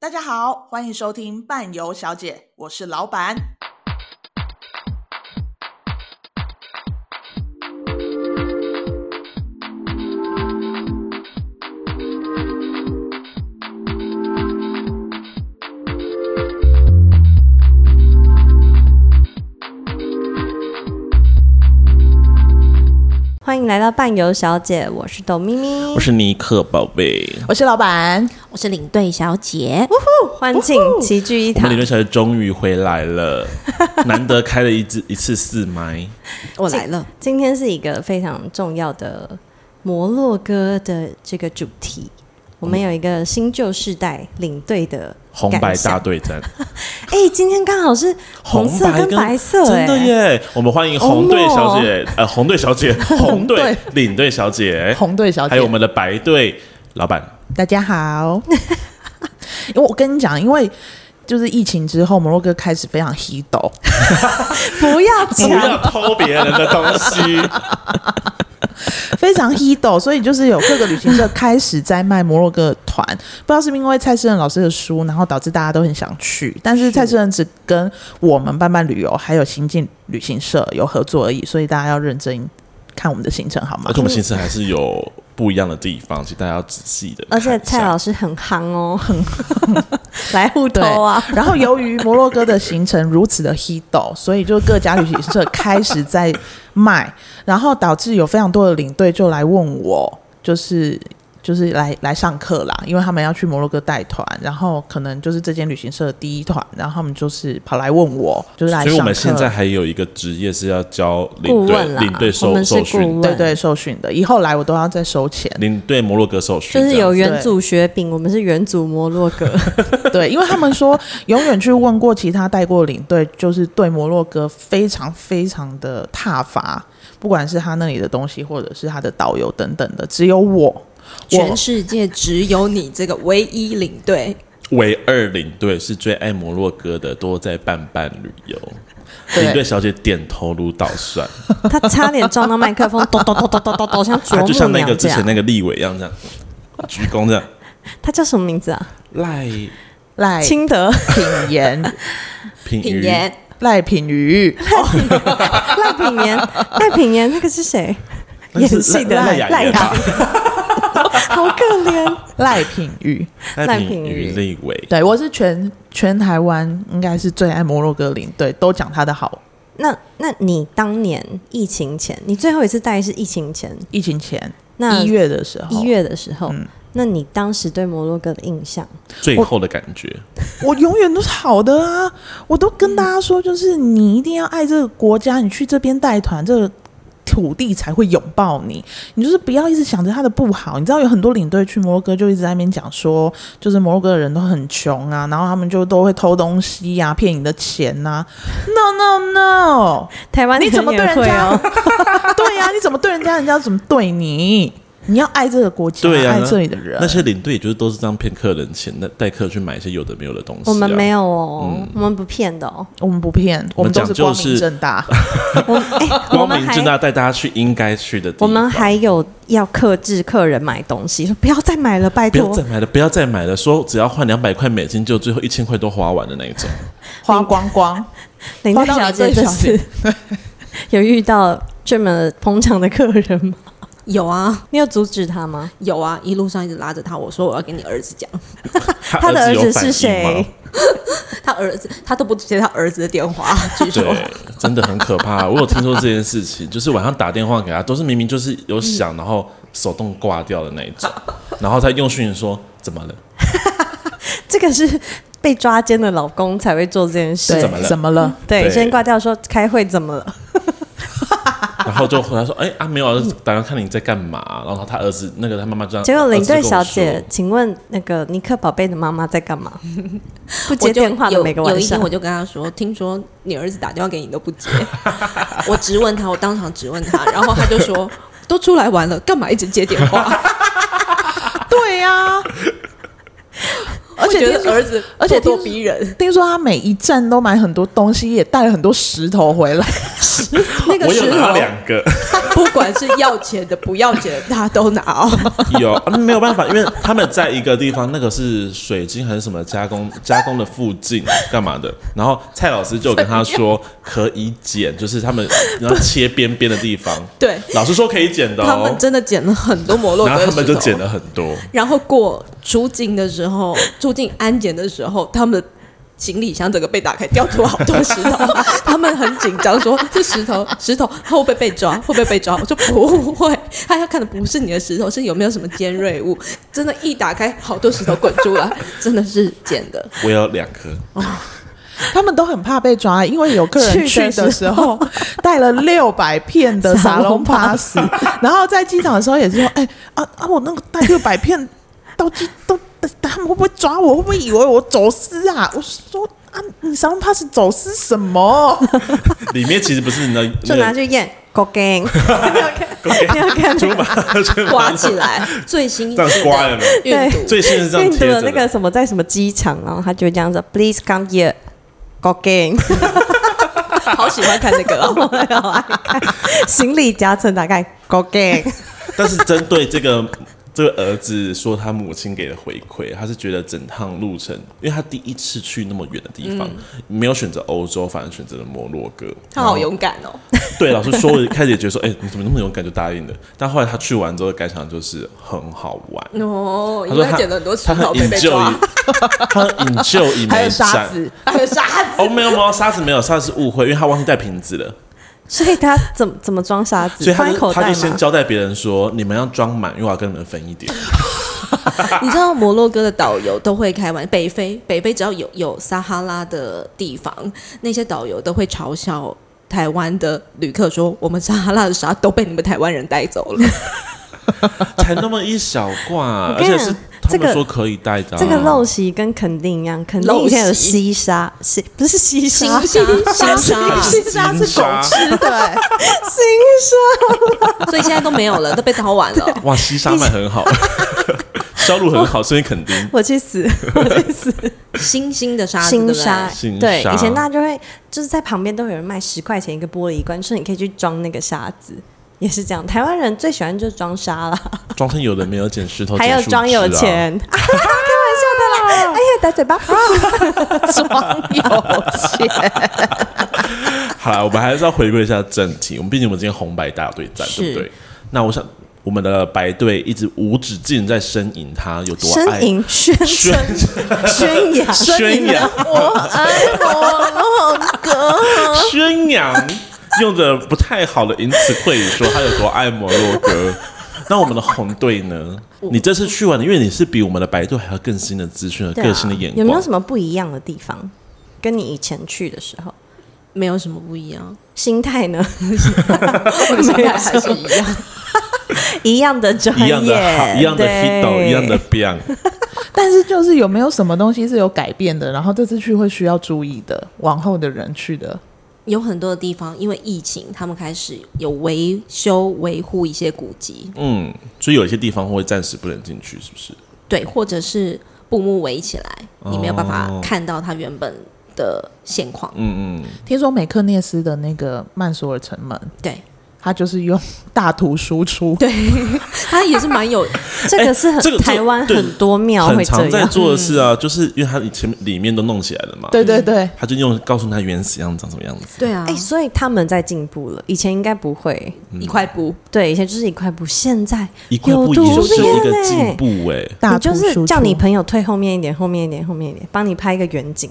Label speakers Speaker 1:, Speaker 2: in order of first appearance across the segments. Speaker 1: 大家好，欢迎收听伴游小姐，我是老板。
Speaker 2: 欢迎来到伴游小姐，我是董咪咪
Speaker 3: 我，是尼克宝贝。
Speaker 1: 我是老板，
Speaker 4: 我是领队小姐，
Speaker 2: 欢庆齐聚一
Speaker 3: 我们
Speaker 2: 堂
Speaker 3: 理。论小姐终于回 来了，难得开了一次一次四麦，
Speaker 4: 我来了。
Speaker 2: 今天是一个非常重要的摩洛哥的这个主题，我们有一个新旧世代领队的
Speaker 3: 红白
Speaker 2: 感想
Speaker 3: 大。对战，
Speaker 2: 哎、今天刚好是红色
Speaker 3: 白
Speaker 2: 跟白色、
Speaker 3: 真的
Speaker 2: 哎 Oh
Speaker 3: 耶！我们欢迎红队小姐，呃，红队 小姐，红队
Speaker 1: 队
Speaker 3: 领队小姐，
Speaker 1: 红队小姐，
Speaker 3: 还有我们的白队老板，
Speaker 1: 大家好。 因为我跟你讲，因为就是疫情之后，摩洛哥开始非常 h 抖，
Speaker 2: 不要
Speaker 3: 不要
Speaker 2: 讲，
Speaker 3: 偷别人的东 西。
Speaker 1: 非常 h 抖，所以就是有各个旅行社开始在卖摩洛哥团。不知道是不是因为蔡诗人老师的书，然后导致大家都很想去。但是蔡诗人只跟我们伴伴旅游还有行进旅行社有合作而已，所以大家要认真看我们的行程好吗
Speaker 3: 而？且我们行程还是有不一样的地方，请大家要仔细的。
Speaker 2: 而且蔡老师很夯哦， 很来互
Speaker 1: 对
Speaker 2: 偷啊，
Speaker 1: 然后由于摩洛哥的行程如此的 h i t 所以就各家旅行社开始在卖，然后导致有非常多的领队就来问我，就是。就是来来上课啦，因为他们要去摩洛哥带团，然后可能就是这间旅行社的第一团，然后他们就是跑来问我，就是来上课。
Speaker 3: 所以我们现在还有一个职业是要教
Speaker 2: 顾
Speaker 3: 领队
Speaker 2: 问啦
Speaker 3: 领队，
Speaker 2: 我
Speaker 3: 受
Speaker 2: 们是
Speaker 3: 受
Speaker 2: 顾
Speaker 3: 训
Speaker 2: 问，
Speaker 1: 对对受训的，以后来我都要再收钱。
Speaker 3: 领队摩洛哥受训，
Speaker 2: 就是
Speaker 3: 这样
Speaker 2: 有
Speaker 3: 子
Speaker 2: 原祖雪饼，我们是原祖摩洛 哥，
Speaker 1: 对，因为他们说永远去问过其他带过的领队，就是对摩洛哥非常非常的挞伐，不管是他那里的东西，或者是他的导游等等的，只有我，我
Speaker 4: 全世界只有你这个唯一领队，
Speaker 3: 唯二领队是最爱摩洛哥的，多在伴伴旅游。领队
Speaker 1: 对
Speaker 3: 小姐点头如捣蒜，
Speaker 2: 他差点撞到麦克 风，咚咚咚咚咚咚咚，像啄
Speaker 3: 啊她就像
Speaker 2: 木
Speaker 3: 那个
Speaker 2: 鸟这
Speaker 3: 之前
Speaker 2: 样。
Speaker 3: 那个立委一样，这样鞠躬这样。
Speaker 2: 他叫什么名字啊？
Speaker 3: 赖
Speaker 1: 赖
Speaker 3: 哎
Speaker 1: 品
Speaker 2: 清德
Speaker 1: 言、
Speaker 3: 品
Speaker 4: 品
Speaker 3: 瑜，
Speaker 4: 言
Speaker 1: 赖品瑜，
Speaker 2: 赖品言，赖品言那个是谁？
Speaker 3: 那
Speaker 2: 演
Speaker 3: 是
Speaker 2: 戏的
Speaker 3: 赖
Speaker 2: 赖
Speaker 3: 赖雅妍吧，
Speaker 2: 好可怜。
Speaker 1: 赖品瑜，
Speaker 3: 赖品
Speaker 2: 赖品
Speaker 3: 瑜
Speaker 2: 瑜
Speaker 3: 立委。
Speaker 1: 对我是全全台湾应该是最爱摩洛哥领队，都讲他的好。
Speaker 2: 那那你当年疫情前，你最后一次带是疫情前
Speaker 1: 疫情前
Speaker 2: 那
Speaker 1: 一月的时候，
Speaker 2: 一月的时候，
Speaker 1: 嗯
Speaker 2: 那你当时对摩洛哥的印象？
Speaker 3: 最后的感觉，
Speaker 1: 我永远都是好的啊！我都跟大家说，就是你一定要爱这个国家，你去这边带团，这个土地才会拥抱你。你就是不要一直想着它的不好。你知道有很多领队去摩洛哥就一直在那边讲说，就是摩洛哥的人都很穷啊，然后他们就都会偷东西呀、骗你的钱呐、No no no！
Speaker 2: 台湾
Speaker 1: 你怎么对
Speaker 2: 也
Speaker 1: 人
Speaker 2: 会
Speaker 3: 啊
Speaker 1: 家？
Speaker 2: 哦？
Speaker 1: 对呀、你怎么对人家，人家怎么对你？你要爱这个国家，
Speaker 3: 对呀
Speaker 1: 爱这里的人。
Speaker 3: 那些领队也就是都是这样骗客人钱，那带客人去买一些有的没有的东西
Speaker 2: 我
Speaker 3: 啊。
Speaker 2: 们没有
Speaker 3: 嗯
Speaker 2: 哦，我们不骗的哦。
Speaker 1: 我们不骗，我们都
Speaker 3: 讲
Speaker 1: 是
Speaker 3: 究
Speaker 1: 光
Speaker 3: 是
Speaker 1: 明正大。
Speaker 2: 我哎，我
Speaker 3: 光
Speaker 2: 们
Speaker 3: 明
Speaker 2: 还
Speaker 3: 正大带大家去应该去的地
Speaker 2: 我
Speaker 3: 方。
Speaker 2: 们还有要克制客人买东西，说不要再买了，拜
Speaker 3: 不要
Speaker 2: 托
Speaker 3: 再。买了，不要再买了，说只要换两百块美金，就最后一千块都花完的那一 种。
Speaker 1: 花光光，
Speaker 2: 领队小姐这次 有遇到这么捧场的客人吗？
Speaker 4: 有啊
Speaker 2: 你有阻止他吗？
Speaker 4: 有啊，一路上一直拉着他，我说我要跟你儿子讲，
Speaker 3: 他
Speaker 2: 的儿
Speaker 3: 有
Speaker 2: 子
Speaker 3: 反
Speaker 2: 是
Speaker 3: 应
Speaker 2: 谁
Speaker 3: 吗？？
Speaker 4: 他儿子他都不接他儿子的电 话，据说
Speaker 3: 对，真的很可 怕。我有听说这件事情，就是晚上打电话给他，都是明明就是有响，然后手动挂掉的那一种，然后他用讯说怎么了？
Speaker 2: 这个是被抓奸的老公才会做这件
Speaker 1: 对，
Speaker 2: 事。
Speaker 3: 怎么了
Speaker 1: 怎么 了？
Speaker 2: 对，
Speaker 3: 对
Speaker 2: 先挂掉说开会怎么了？
Speaker 3: 然后就回来说，哎、啊没有啊，就是打算看你在干嘛。啊然后他儿子那个他妈妈这样，
Speaker 2: 结果领队
Speaker 3: 儿子跟
Speaker 2: 小
Speaker 3: 我说
Speaker 2: 姐，请问那个尼克宝贝的妈妈在干嘛？不
Speaker 4: 我
Speaker 2: 接
Speaker 4: 就
Speaker 2: 电话的
Speaker 4: 有
Speaker 2: 每个
Speaker 4: 有
Speaker 2: 晚
Speaker 4: 一天
Speaker 2: 上
Speaker 4: 我，就跟他说，听说你儿子打电话给你都不接， 我直问他，我当场直问他，然后他就说都出来 玩了，干嘛一直接电话？
Speaker 1: 对呀、而且
Speaker 4: 会觉
Speaker 1: 听
Speaker 4: 得
Speaker 1: 说
Speaker 4: 儿子
Speaker 1: 而且
Speaker 4: 咄
Speaker 1: 听
Speaker 4: 咄逼人，
Speaker 1: 听说他每一站都买很多东西，也带了很多石头回来。
Speaker 4: 那个
Speaker 3: 我有
Speaker 4: 石
Speaker 3: 拿
Speaker 4: 头，
Speaker 3: 两个，
Speaker 4: 不管是要钱的不要钱的，他都拿哦。
Speaker 3: 有、啊没有办法，因为他们在一个地方，那个是水晶还是什么加工 加工的附近干嘛的？然后蔡老师就有跟他说可以剪，就是他们然后切边边的地方，
Speaker 4: 对，
Speaker 3: 老师说可以剪的
Speaker 4: 他们
Speaker 3: 哦，
Speaker 4: 真的捡了很多摩洛
Speaker 3: 然
Speaker 4: 哥
Speaker 3: 后
Speaker 4: 的
Speaker 3: 他们就
Speaker 4: 石
Speaker 3: 剪
Speaker 4: 头，
Speaker 3: 了很多。
Speaker 4: 然后过出境的时候， 出境安检的时候，他们的行李箱整个被打开，掉出好多石头， 他们很紧张，说这石头石头会不会被抓？会不会被抓？我说不会，他要看的不是你的石头，是有没有什么尖锐物。真的，一打开好多石头滚出来，真的是捡的。
Speaker 3: 我有两颗，
Speaker 1: 他们都很怕被抓，因为有客人
Speaker 2: 去
Speaker 1: 去
Speaker 2: 的
Speaker 1: 的时候 带了六百片的
Speaker 2: 沙
Speaker 1: 沙
Speaker 2: 龙
Speaker 1: 龙 pass，然后在机场的时候也是说，哎、啊啊，我那个带六百片到机都，他们会不会抓我？会不会以为我走私啊？我说啊，你沙龙 pass 走私什么？
Speaker 3: 里面其实不是 那
Speaker 2: 就拿
Speaker 3: 那个
Speaker 2: 去验狗 gang，你要看，你要看
Speaker 3: 竹 马，竹马
Speaker 4: 刮起来，最新一
Speaker 3: 这
Speaker 4: 期
Speaker 3: 样刮有没有？
Speaker 4: 运毒
Speaker 2: 对
Speaker 3: 最新是这样
Speaker 2: 印
Speaker 3: 贴
Speaker 2: 度
Speaker 3: 着
Speaker 2: 的那个什么在什么机场，然后他就会这样说，Please come here。狗 gang，
Speaker 4: 好喜欢看那个、 哦。
Speaker 2: 行李夹层打开，狗 gang，
Speaker 3: 但是针对这个这个儿子说他母亲给的回馈，他是觉得整趟路程，因为他第一次去那么远的地方，没有选择欧洲，反而选择了摩洛哥。
Speaker 4: 嗯他好勇敢哦！
Speaker 3: 对，老师说，我开始也觉得说，哎、你怎么那么勇敢就答应了？但后来他去完之后的感想就是很好玩。
Speaker 4: 哦，
Speaker 3: 他
Speaker 4: 因
Speaker 3: 说
Speaker 4: 为
Speaker 3: 他
Speaker 4: 捡了很多石
Speaker 3: 他很
Speaker 4: 头被被
Speaker 3: enjoy，
Speaker 4: 抓，
Speaker 3: 他很 enjoy
Speaker 1: 还
Speaker 3: 每
Speaker 1: 有
Speaker 3: 一
Speaker 1: 沙
Speaker 3: 站。
Speaker 1: 子，
Speaker 4: 还有沙子。
Speaker 3: 哦，没有没有，沙子没有，沙子是误会，因为他忘记带瓶子了，
Speaker 2: 所以他怎么怎么装沙子？
Speaker 3: 所以
Speaker 2: 嗯
Speaker 3: 他
Speaker 2: 放在
Speaker 3: 就
Speaker 2: 口
Speaker 3: 他
Speaker 2: 袋
Speaker 3: 就先
Speaker 2: 嘛。
Speaker 3: 交代别人说，你们要装满，因为我要跟你们分 一点。
Speaker 4: 你知道摩洛哥的导游都会开玩北非，北非只要有有撒哈拉的地方，那些导游都会嘲笑台湾的旅客说：“我们撒哈拉的沙都被你们台湾人带走了。
Speaker 3: 才那么一小挂，
Speaker 2: 我
Speaker 3: 而
Speaker 2: 跟你
Speaker 3: 且
Speaker 2: 讲
Speaker 3: 是他
Speaker 2: 这
Speaker 3: 们
Speaker 2: 个
Speaker 3: 说可以带的啊、
Speaker 2: 这个陋习跟肯定一样，肯定以前有西沙，西不是西”
Speaker 4: 新
Speaker 2: 沙，
Speaker 4: 新新沙，
Speaker 1: 其实它是
Speaker 3: 金
Speaker 1: 狗
Speaker 3: 沙
Speaker 1: 吃的、哎
Speaker 4: 所以现在都没有了，都被掏完 了。
Speaker 3: 哇，西沙卖 很好， 销路很好，所以肯定
Speaker 2: 我去 死，我去死，
Speaker 4: 新兴的沙子，对
Speaker 2: 新
Speaker 4: 不对
Speaker 2: 沙
Speaker 3: 新，
Speaker 2: 对，
Speaker 3: 沙
Speaker 2: 以前大家就会就是在旁边都有人卖十块钱一个玻璃罐，说你可以去装那个沙子。也是这样，台湾人最喜欢就是装沙啦，
Speaker 3: 装成有的没有捡石头，
Speaker 2: 还有
Speaker 3: 捡树
Speaker 2: 装有
Speaker 3: 枝啊。
Speaker 2: 钱，啊开玩笑的啦！哎呀，打嘴巴，
Speaker 1: 装有钱，
Speaker 3: 好了，我们还是要回归一下正题，我们毕竟我们今天红白大对战，对不对
Speaker 4: 是？
Speaker 3: 那我想我们的白队一直无止境在呻吟，他有多
Speaker 2: 呻
Speaker 3: 爱
Speaker 2: 吟、宣
Speaker 3: 宣
Speaker 2: 称、宣扬，
Speaker 3: 宣 扬
Speaker 1: 我爱摩洛哥。
Speaker 3: 宣扬，用着不太好的淫词秽语说他有多爱摩洛 哥。那我们的红队呢？你这次去完，因为你是比我们的白队还要更新的资讯和
Speaker 2: 对啊
Speaker 3: 更新的眼光，
Speaker 2: 有没有什么不一样的地方？跟你以前去的时候，
Speaker 4: 没有什么不一样，
Speaker 2: 心态呢？
Speaker 4: 我的心态还是一样。
Speaker 2: 一样的专业，
Speaker 3: 一样的好，一样的
Speaker 2: 对
Speaker 3: hito，一样的 biang。
Speaker 1: 但是就是有没有什么东西是有改变的？然后这次去会需要注意的，往后的人去的。
Speaker 4: 有很多的地方因为疫情，他们开始有维修维护一些古迹，
Speaker 3: 嗯，所以有一些地方会暂时不能进去，是不是？
Speaker 4: 对，或者是布幕围起来，你没有办法
Speaker 3: 哦
Speaker 4: 看到它原本的现况。
Speaker 3: 嗯嗯，
Speaker 1: 听说美克涅斯的那个曼索尔城门，
Speaker 4: 对，
Speaker 1: 它就是用大图输 出，
Speaker 4: 它也是蛮有，
Speaker 2: 这个是很、
Speaker 3: 哎这个这个
Speaker 2: 台湾
Speaker 3: 对
Speaker 2: 很多庙
Speaker 3: 很
Speaker 2: 会这
Speaker 3: 常在
Speaker 2: 样，嗯
Speaker 3: 做的事啊，就是因为它前面里面都弄起来了嘛，
Speaker 1: 对对对，
Speaker 3: 他就用告诉他原始样子长什么样子。
Speaker 4: 对啊
Speaker 2: 哎、，所以他们在进步了，以前应该不会，
Speaker 4: 一块布，
Speaker 2: 对，以前就是一块布，现在
Speaker 3: 一块
Speaker 2: 有
Speaker 3: 布也
Speaker 2: 图
Speaker 3: 就是
Speaker 2: 片
Speaker 3: 一个
Speaker 2: 欸
Speaker 3: 进步哎、
Speaker 1: 大
Speaker 2: 你
Speaker 1: 图
Speaker 2: 就
Speaker 1: 输出。
Speaker 2: 是叫你朋友退后面一点，后面一点，后面一点，帮你拍一个远景，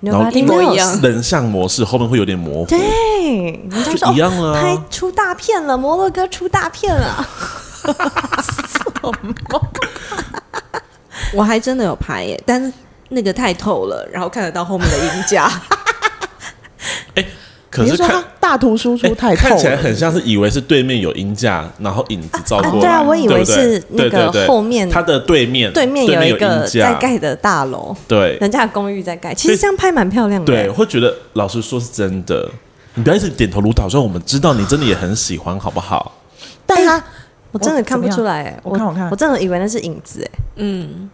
Speaker 3: 然后
Speaker 2: Nobody
Speaker 4: 一模一
Speaker 2: knows
Speaker 4: 样
Speaker 3: 人像模式后面会有点模糊，
Speaker 2: 对，人家说
Speaker 3: 就一样
Speaker 2: 哦
Speaker 3: 了啊
Speaker 2: 拍出大片了，摩洛哥出大片了，
Speaker 4: 我还真的有拍耶，但是那个太透了，然后看得到后面的鹰架，
Speaker 3: 可
Speaker 1: 你
Speaker 3: 是
Speaker 1: 说
Speaker 3: 看
Speaker 1: 它大图输
Speaker 3: 哎
Speaker 1: 出太透
Speaker 3: 看起来
Speaker 1: 了，
Speaker 3: 很像是以为是对面有鹰架，然后影子照
Speaker 2: 啊
Speaker 3: 过
Speaker 2: 对
Speaker 3: 来，
Speaker 2: 啊我以为
Speaker 3: 不对
Speaker 2: 是那
Speaker 3: 对对
Speaker 2: 个
Speaker 3: 对
Speaker 2: 后面
Speaker 3: 它的对面
Speaker 2: 对面有
Speaker 3: 有
Speaker 2: 一个
Speaker 3: 鹰架
Speaker 2: 在盖的大楼，
Speaker 3: 对
Speaker 2: 人家的公寓在盖，其
Speaker 3: 所以
Speaker 2: 实这样拍蛮漂亮的，
Speaker 3: 对，会觉得老实说是真的，你不要一直点头如捣蒜，我们知道你真的也很喜欢，好不好？
Speaker 1: 但它
Speaker 2: 哎我真的看不出
Speaker 1: 来。
Speaker 2: 来、欸，
Speaker 1: 我看我看
Speaker 2: 我真的以为那是影子、欸，
Speaker 4: 嗯，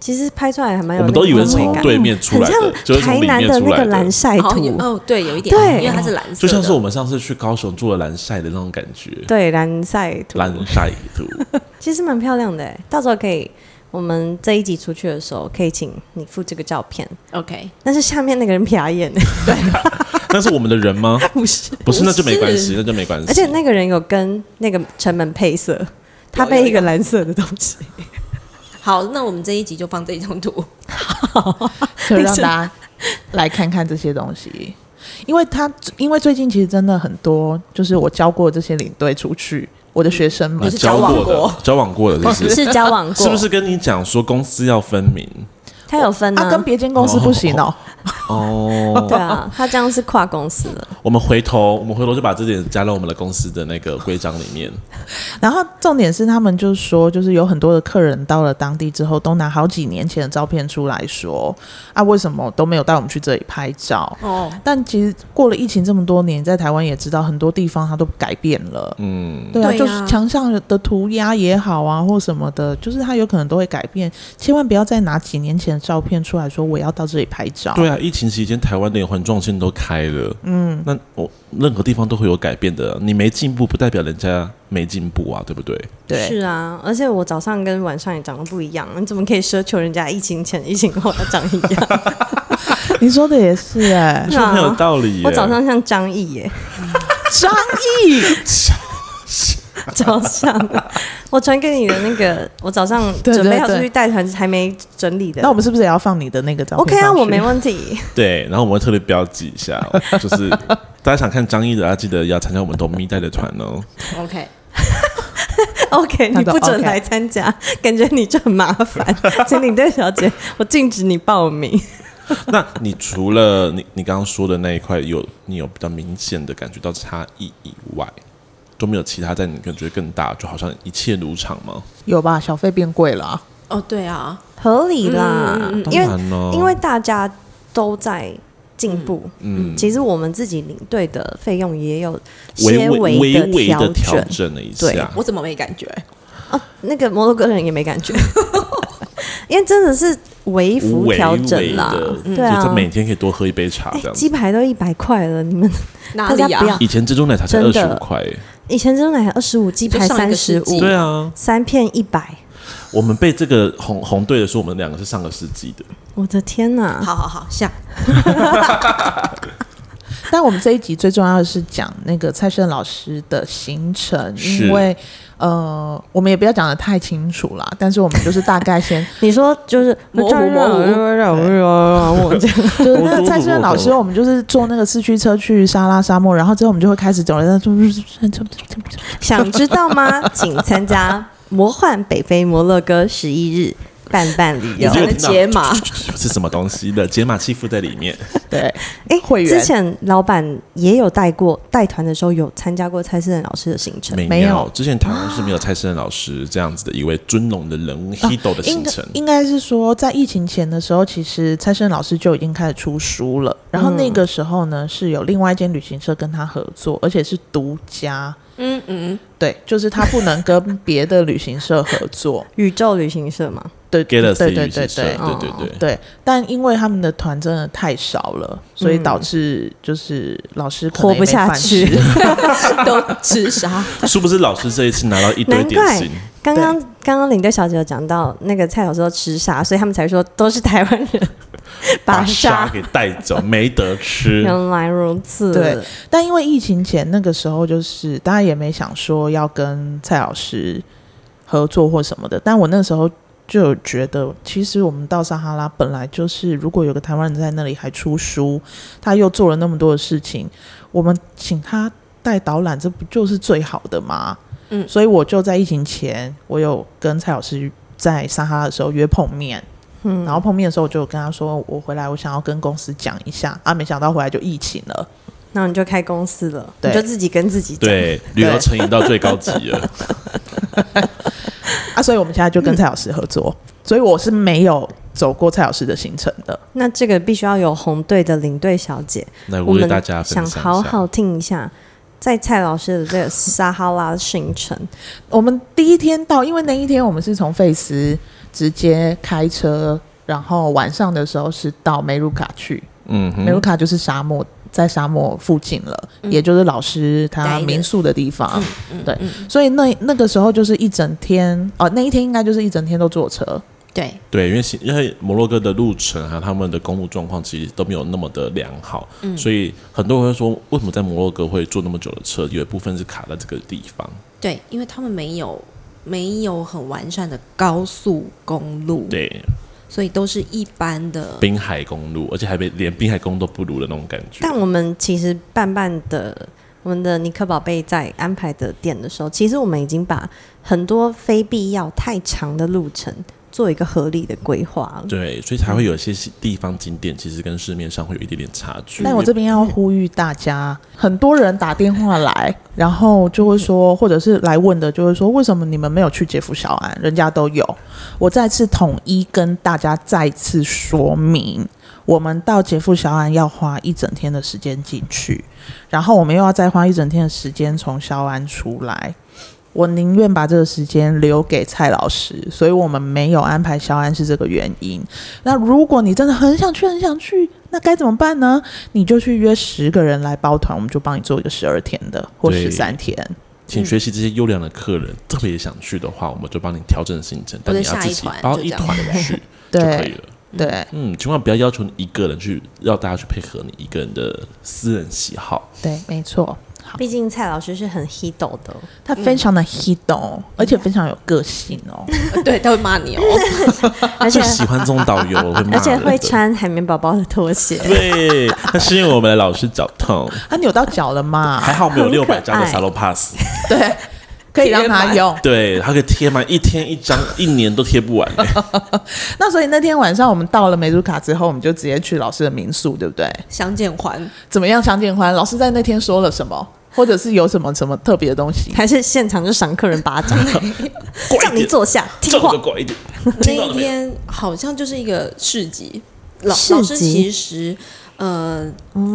Speaker 2: 其实拍出来还蛮有
Speaker 3: 我
Speaker 2: 那个
Speaker 3: 们都以为
Speaker 2: 氛
Speaker 3: 是
Speaker 2: 围
Speaker 3: 从
Speaker 2: 感
Speaker 3: 对面出来的
Speaker 2: 很
Speaker 3: 就
Speaker 2: 像
Speaker 3: 是从
Speaker 2: 台
Speaker 3: 里
Speaker 2: 南
Speaker 3: 面
Speaker 2: 的
Speaker 3: 出
Speaker 2: 那
Speaker 3: 来
Speaker 2: 个
Speaker 3: 的
Speaker 2: 蓝晒
Speaker 4: 好也
Speaker 2: 图，
Speaker 4: 哦，对，有一点，
Speaker 2: 对
Speaker 4: 因为它是蓝色的，
Speaker 3: 就像是我们上次去高雄住的蓝晒的那种感觉，
Speaker 2: 对蓝晒图，
Speaker 3: 蓝晒图，
Speaker 2: 其实蛮漂亮的欸。到时候可以，我们这一集出去的时候，可以请你附这个照片。
Speaker 4: OK，
Speaker 2: 但是下面那个人瞟眼，欸
Speaker 3: 那是我们的人吗？
Speaker 2: 不是，
Speaker 3: 不是，那就没关
Speaker 4: 不
Speaker 3: 系，那就没关系。
Speaker 2: 而且那个人有跟那个城门配色，他
Speaker 4: 有
Speaker 2: 配
Speaker 4: 有
Speaker 2: 一个蓝色的东西。
Speaker 4: 好，那我们这一集就放这一张图，
Speaker 1: 就让大家来看看这些东西。因为他，因为最近其实真的很多，就是我教过这些领队出去，我的学生
Speaker 3: 你
Speaker 1: 们，
Speaker 3: 交
Speaker 4: 往
Speaker 3: 过的，交往过的，是不是？
Speaker 2: 是交往过，
Speaker 3: 是不是跟你讲说公司要分明？
Speaker 2: 他有分
Speaker 1: 啊，
Speaker 2: 呢？
Speaker 1: 跟别间公司不行哦，
Speaker 3: 哦，
Speaker 2: 对啊，他这样是跨公司了。
Speaker 3: 我们回头，我们回头就把这点加到我们的公司的那个规章里面。
Speaker 1: 然后重点是他们就是说，就是有很多的客人到了当地之后，都拿好几年前的照片出来说，啊，为什么都没有带我们去这里拍照？
Speaker 4: 哦，
Speaker 1: 但其实过了疫情这么多年，在台湾也知道很多地方它都改变了。
Speaker 3: 嗯，
Speaker 1: 对啊，
Speaker 4: 对啊
Speaker 1: 就是墙上的涂鸦也好啊，或什么的，就是它有可能都会改变。千万不要再拿几年前的照片出来说我要到这里拍照。
Speaker 3: 对啊，疫情期间台湾连环状线都开了，嗯，那我任何地方都会有改变的。啊你没进步，不代表人家没进步啊，对不对？
Speaker 1: 对
Speaker 2: 是啊，而且我早上跟晚上也长得不一样，你怎么可以奢求人家疫情前、疫情后要长一样？
Speaker 1: 你说的也是哎、
Speaker 3: 你
Speaker 2: 是
Speaker 3: 说
Speaker 2: 啊
Speaker 3: 得很有道理耶。
Speaker 2: 我早上像张译耶，
Speaker 1: 张毅，
Speaker 2: 早上我传给你的那个，我早上
Speaker 1: 对
Speaker 2: 准备
Speaker 1: 对
Speaker 2: 要出
Speaker 1: 对
Speaker 2: 去带团还没整理的
Speaker 1: 那我。们是不是也要放你的那个照片
Speaker 2: OK 啊，
Speaker 1: 上去
Speaker 2: 我没问题。
Speaker 3: 对，然后我们会特别标记一下哦、就是大家想看张译的，啊要记得要参加我们董咪带的团哦。
Speaker 4: OK，
Speaker 2: OK，
Speaker 1: 那
Speaker 2: 你
Speaker 1: 就
Speaker 2: 不准
Speaker 1: OK
Speaker 2: 来参加，感觉你就很麻烦。请领队小姐，我禁止你报名。
Speaker 3: 那你除了你你刚刚说的那一块有你有比较明显的感觉到差异以外，都没有其他在你感觉更大，就好像一切如常吗？
Speaker 1: 有吧？小费变贵了啊，
Speaker 4: 哦，对啊，
Speaker 2: 合理啦，
Speaker 3: 当
Speaker 2: 嗯因为
Speaker 3: 然咯
Speaker 2: 因为大家都在进步，嗯，其实我们自己领队的费用也有些
Speaker 3: 微微
Speaker 2: 的
Speaker 3: 微的调
Speaker 2: 整
Speaker 3: 整了一
Speaker 2: 对
Speaker 3: 下，
Speaker 4: 我怎么没感觉？
Speaker 2: 哦。那个摩洛哥人也没感觉，因为真的是微幅
Speaker 3: 微
Speaker 2: 调
Speaker 3: 微
Speaker 2: 整啦
Speaker 3: 的，，
Speaker 2: 对啊
Speaker 3: 就，他每天可以多喝一杯茶
Speaker 2: 哎
Speaker 3: 这，样子。
Speaker 2: 鸡排都一百块了，你们
Speaker 4: 哪里
Speaker 2: 大家
Speaker 4: 啊
Speaker 2: 不要？
Speaker 3: 以前珍珠奶茶才二
Speaker 2: 真
Speaker 3: 十
Speaker 2: 的
Speaker 3: 五块耶，
Speaker 2: 以前真的还二十五，鸡排
Speaker 4: 就上一
Speaker 2: 三
Speaker 4: 个
Speaker 2: 十
Speaker 4: 世纪
Speaker 2: 五，
Speaker 3: 对，啊，
Speaker 2: 三片一百，
Speaker 3: 我们被这个红红队的说我们两个是上个世纪的，
Speaker 2: 我的天哪！
Speaker 4: 好好好，下
Speaker 1: 但我们这一集最重要的是讲那个蔡胜老师的行程，
Speaker 3: 是
Speaker 1: 因为呃，我们也不要讲的太清楚啦，但是我们就是大概先，
Speaker 2: 你说就是
Speaker 4: 模糊模糊
Speaker 2: 糊，我这样
Speaker 1: 就是那个蔡胜老师，我们就是坐那个四驱车去沙拉沙漠，然后之后我们就会开始走了，
Speaker 2: 想知道 吗？请参加魔幻北非摩洛哥十一日伴伴旅游
Speaker 3: 你。就
Speaker 4: 才能解码
Speaker 3: 是什么东西的解码器附在里面。
Speaker 1: 对，
Speaker 2: 哎
Speaker 1: 会员
Speaker 2: 之前老板也有带过带团的时候，有参加过蔡思仁老师的行程。
Speaker 1: 没
Speaker 3: 没
Speaker 1: 有
Speaker 3: 有，之前台湾是没有蔡胜老师这样子的一位尊龙的人物 Hido 的
Speaker 1: 哦应
Speaker 3: 行
Speaker 1: 该
Speaker 3: 程。
Speaker 1: 应该是说，在疫情前的时候，其实蔡胜老师就已经开始出书了。然后那个时候呢，是有另外一间旅行社跟他合作，而且是独家。
Speaker 4: 嗯嗯，
Speaker 1: 对，就是他不能跟别的旅行社合作。
Speaker 2: 宇宙旅行社嘛，
Speaker 1: 对，对
Speaker 3: Galaxy
Speaker 1: 对
Speaker 3: 旅
Speaker 1: 对
Speaker 3: 行
Speaker 1: 对
Speaker 3: 社，
Speaker 1: 对。
Speaker 3: 对对
Speaker 2: 哦
Speaker 3: 对
Speaker 1: 对，但因为他们的团真的太少了，所以导致就是老师可能
Speaker 2: 嗯活
Speaker 1: 也
Speaker 2: 不
Speaker 1: 没
Speaker 2: 下
Speaker 1: 饭
Speaker 2: 去
Speaker 1: 吃
Speaker 4: 嗯都吃啥？
Speaker 3: 是不是老师这一次拿到一堆
Speaker 2: 难
Speaker 3: 点
Speaker 2: 怪
Speaker 3: 心？
Speaker 2: 刚刚刚刚领队小姐有讲到那个蔡老师都吃沙，所以他们才说都是台湾人
Speaker 3: 把
Speaker 2: 沙
Speaker 3: 沙。给带走，没得吃。
Speaker 2: 原来如此，
Speaker 1: 对，但因为疫情前那个时候，就是大家也没想说要跟蔡老师合作或什么的。但我那时候就有觉得，其实我们到撒哈拉本来就是，如果有个台湾人在那里还出书，他又做了那么多的事情，我们请他带导览，这不就是最好的吗？
Speaker 4: 嗯
Speaker 1: 所以我就在疫情前，我有跟蔡老师在撒哈拉的时候约碰面。
Speaker 2: 嗯
Speaker 1: 然后碰面的时候，我就有跟他说，我回来我想要跟公司讲一下啊，没想到回来就疫情了。
Speaker 2: 那你就开公司了，
Speaker 1: 对
Speaker 2: 你就自己跟自己讲。
Speaker 3: 对，旅游成瘾到最高级了。
Speaker 1: 啊，所以我们现在就跟蔡老师合作，所以我是没有走过蔡老师的行程的。
Speaker 2: 那这个必须要有红队的领队小姐，
Speaker 3: 来
Speaker 2: 我
Speaker 3: 为
Speaker 2: 们
Speaker 3: 大家分
Speaker 2: 想
Speaker 3: 享一下
Speaker 2: 好好听一下，在蔡老师的这个撒哈拉行程，
Speaker 1: 我们第一天到，因为那一天我们是从费斯直接开车，然后晚上的时候是到梅鲁卡去。
Speaker 3: 嗯
Speaker 1: 梅鲁
Speaker 3: 哼，
Speaker 1: 卡就是沙漠，在沙漠附近了，也就是老师他民宿的地方。对，所以那那个时候就是一整天哦、那一天应该就是一整天都坐车。
Speaker 2: 对，
Speaker 3: 对，因为西因为摩洛哥的路程还啊有他们的公路状况其实都没有那么的良好，所以很多人会说，为什么在摩洛哥会坐那么久的车？有一部分是卡在这个地方。
Speaker 4: 对，因为他们没有没有很完善的高速公路，
Speaker 3: 对，
Speaker 4: 所以都是一般的。
Speaker 3: 滨海公路，而且还被连滨海公路都不如的那种感觉。
Speaker 2: 但我们其实半半的，我们的尼克宝贝在安排的店的时候，其实我们已经把很多非必要太长的路程做一个合理的规划了。
Speaker 3: 对，所以才会有一些地方景点其实跟市面上会有一点点差距。
Speaker 1: 但我嗯这边要呼吁大家，很多人打电话来，然后就会说，或者是来问的，就会说，为什么你们没有去杰夫小安？人家都有。我再次统一跟大家再次说明，我们到杰夫小安要花一整天的时间进去，然后我们又要再花一整天的时间从小安出来。我宁愿把这个时间留给蔡老师，所以我们没有安排小安是这个原因。那如果你真的很想去，很想去，那该怎么办呢？你就去约十个人来包团，我们就帮你做一个十二天的或
Speaker 3: 对
Speaker 1: 十三天。
Speaker 3: 请学习这些优良的客人，特别想去的话，我们就帮你调整行程，
Speaker 4: 或
Speaker 3: 但
Speaker 4: 者
Speaker 3: 你要自
Speaker 4: 下一
Speaker 3: 己
Speaker 4: 团
Speaker 3: 包
Speaker 4: 就
Speaker 3: 一
Speaker 4: 这样
Speaker 3: 团去就可以
Speaker 1: 对
Speaker 3: 了。
Speaker 1: 对
Speaker 3: 嗯，千万不要要求你一个人去，要大家去配合你一个人的私人喜好。
Speaker 1: 对，没错，好，
Speaker 2: 毕竟蔡老师是很 h i d o 的，
Speaker 1: 他非常的 hit 哦，而且非常有个性哦。
Speaker 4: 对，他会骂 你哦。
Speaker 2: 而且
Speaker 3: 就喜欢这种导游，我会骂人的
Speaker 2: 而且会。穿海绵宝宝的拖鞋。
Speaker 3: 对，那是因为我们的老师脚痛，
Speaker 1: 他扭到脚了嘛？
Speaker 3: 还好没有
Speaker 2: 很可
Speaker 3: 六百张的
Speaker 2: 爱
Speaker 3: Salo Pass，
Speaker 1: 对，可以让他用。
Speaker 3: 对，他可以贴满一天一张，一年都贴不完、欸。
Speaker 1: 那所以那天晚上我们到了梅鲁卡之后，我们就直接去老师的民宿，对不对？
Speaker 4: 相见欢，
Speaker 1: 怎么样，相见欢？老师在那天说了什么，或者是有什么什么特别的东西？
Speaker 2: 还是现场就赏客人巴 掌，
Speaker 3: 乖
Speaker 2: 叫
Speaker 3: 一
Speaker 2: 你
Speaker 3: 点，
Speaker 2: 坐下听
Speaker 3: 这
Speaker 2: 话
Speaker 3: 个。乖一点，
Speaker 4: 那
Speaker 3: 听到
Speaker 4: 一
Speaker 3: 了没有？
Speaker 4: 天好像就是一个市集。老
Speaker 2: 市
Speaker 4: 老师
Speaker 2: 集哦
Speaker 4: 其实呃，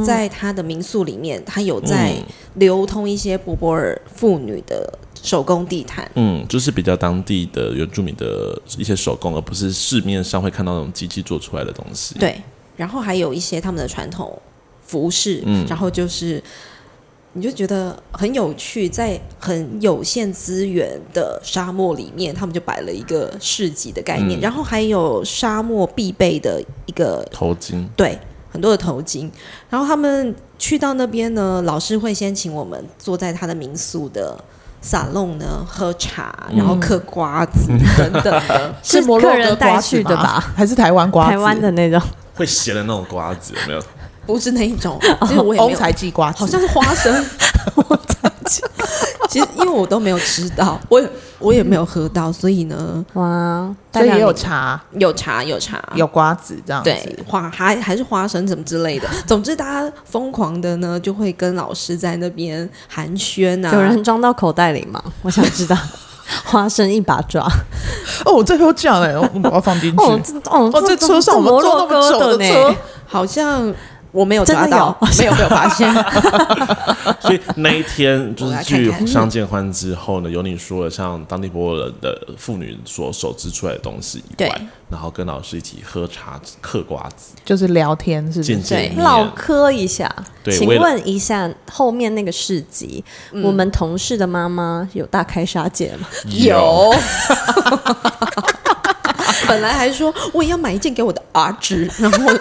Speaker 4: 在他的民宿里面，他有在
Speaker 3: 嗯
Speaker 4: 流通一些博博尔妇女的手工地毯。
Speaker 3: 嗯，就是比较当地的原住民的一些手工，而不是市面上会看到那种机器做出来的东西。
Speaker 4: 对，然后还有一些他们的传统服饰，
Speaker 3: 嗯
Speaker 4: 然后就是你就觉得很有趣，在很有限资源的沙漠里面，他们就摆了一个市集的概念，
Speaker 3: 嗯
Speaker 4: 然后还有沙漠必备的一个
Speaker 3: 头巾，
Speaker 4: 对。很多的头巾，然后他们去到那边呢，老师会先请我们坐在他的民宿的沙龙呢喝茶，然后嗑瓜子
Speaker 3: 嗯
Speaker 4: 等等的
Speaker 2: 是
Speaker 1: 摩洛
Speaker 2: 客人
Speaker 1: 哥
Speaker 2: 带
Speaker 1: 瓜子
Speaker 2: 去的
Speaker 1: 吗
Speaker 2: 吧
Speaker 1: 还是台湾瓜子？
Speaker 2: 台湾的那种，
Speaker 3: 会咸的那种瓜子，有没有？
Speaker 4: 不是那一种，其实 我也没
Speaker 1: 欧
Speaker 4: 有
Speaker 1: 才季瓜子，
Speaker 4: 好像是花 生。其实因为我都没有吃到，我也我也没有喝到，所以呢，
Speaker 2: 哇，
Speaker 1: 所以也有
Speaker 2: 代表
Speaker 1: 茶、
Speaker 4: 有茶有茶
Speaker 1: 有瓜子这样子。
Speaker 4: 对花还还是花生什么之类 的。总之，大家疯狂的呢，就会跟老师在那边寒暄
Speaker 2: 你有人
Speaker 4: 啊。
Speaker 2: 装到口袋里 吗？我想知道，花生一把抓。
Speaker 1: 哦，我最后这样哎，我我要放进去。
Speaker 2: 哦，这哦，
Speaker 1: 哦，在车上我们
Speaker 2: 摩
Speaker 1: 坐那
Speaker 2: 洛
Speaker 1: 么久
Speaker 2: 哥
Speaker 1: 的
Speaker 2: 呢？
Speaker 1: 车，
Speaker 4: 好像我没有
Speaker 2: 真的
Speaker 4: 抓到，没有没有发现。
Speaker 3: 所以那一天就
Speaker 4: 我
Speaker 3: 是
Speaker 4: 来看
Speaker 3: 去
Speaker 4: 看
Speaker 3: 相见欢之后呢，有你说的像当地博尔的妇女所手织出来的东西以外
Speaker 4: 对，
Speaker 3: 然后跟老师一起喝茶、嗑瓜子、
Speaker 1: 就是聊天，是不
Speaker 3: 见
Speaker 1: 是？
Speaker 3: 见
Speaker 2: 唠
Speaker 3: 面。
Speaker 2: 嗑一下，
Speaker 3: 对
Speaker 2: 请
Speaker 3: 为了
Speaker 2: 问一下后面那个市集，我们同事的妈妈有大开杀戒吗？
Speaker 4: 有。 本来还说我也要买一件给我的儿子，然后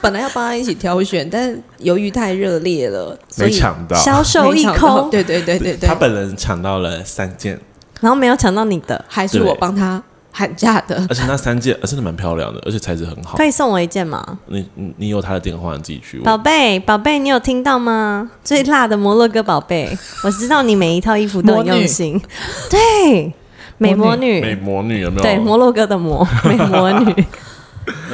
Speaker 4: 本来要帮他一起挑选，但由于太热烈了，所
Speaker 3: 没
Speaker 4: 以
Speaker 3: 抢到，
Speaker 2: 销售
Speaker 4: 没
Speaker 2: 一
Speaker 4: 抢到
Speaker 2: 空，
Speaker 4: 对对对对对
Speaker 3: 他，本人抢到了三件，
Speaker 2: 然后没有抢到你的，
Speaker 4: 还是我帮他喊价的。
Speaker 3: 而且那三件呃真的蛮漂亮的，而且材质很好嗯
Speaker 2: 可。以送我一件吗？
Speaker 3: 你你你有他的电话，你自己去问。
Speaker 2: 宝贝，宝贝，你有听到吗？最辣的摩洛哥宝 贝，我知道你每一套衣服都很用心。对，美魔女，
Speaker 3: 美魔女有没有？
Speaker 2: 对摩洛哥的 魔，美魔女。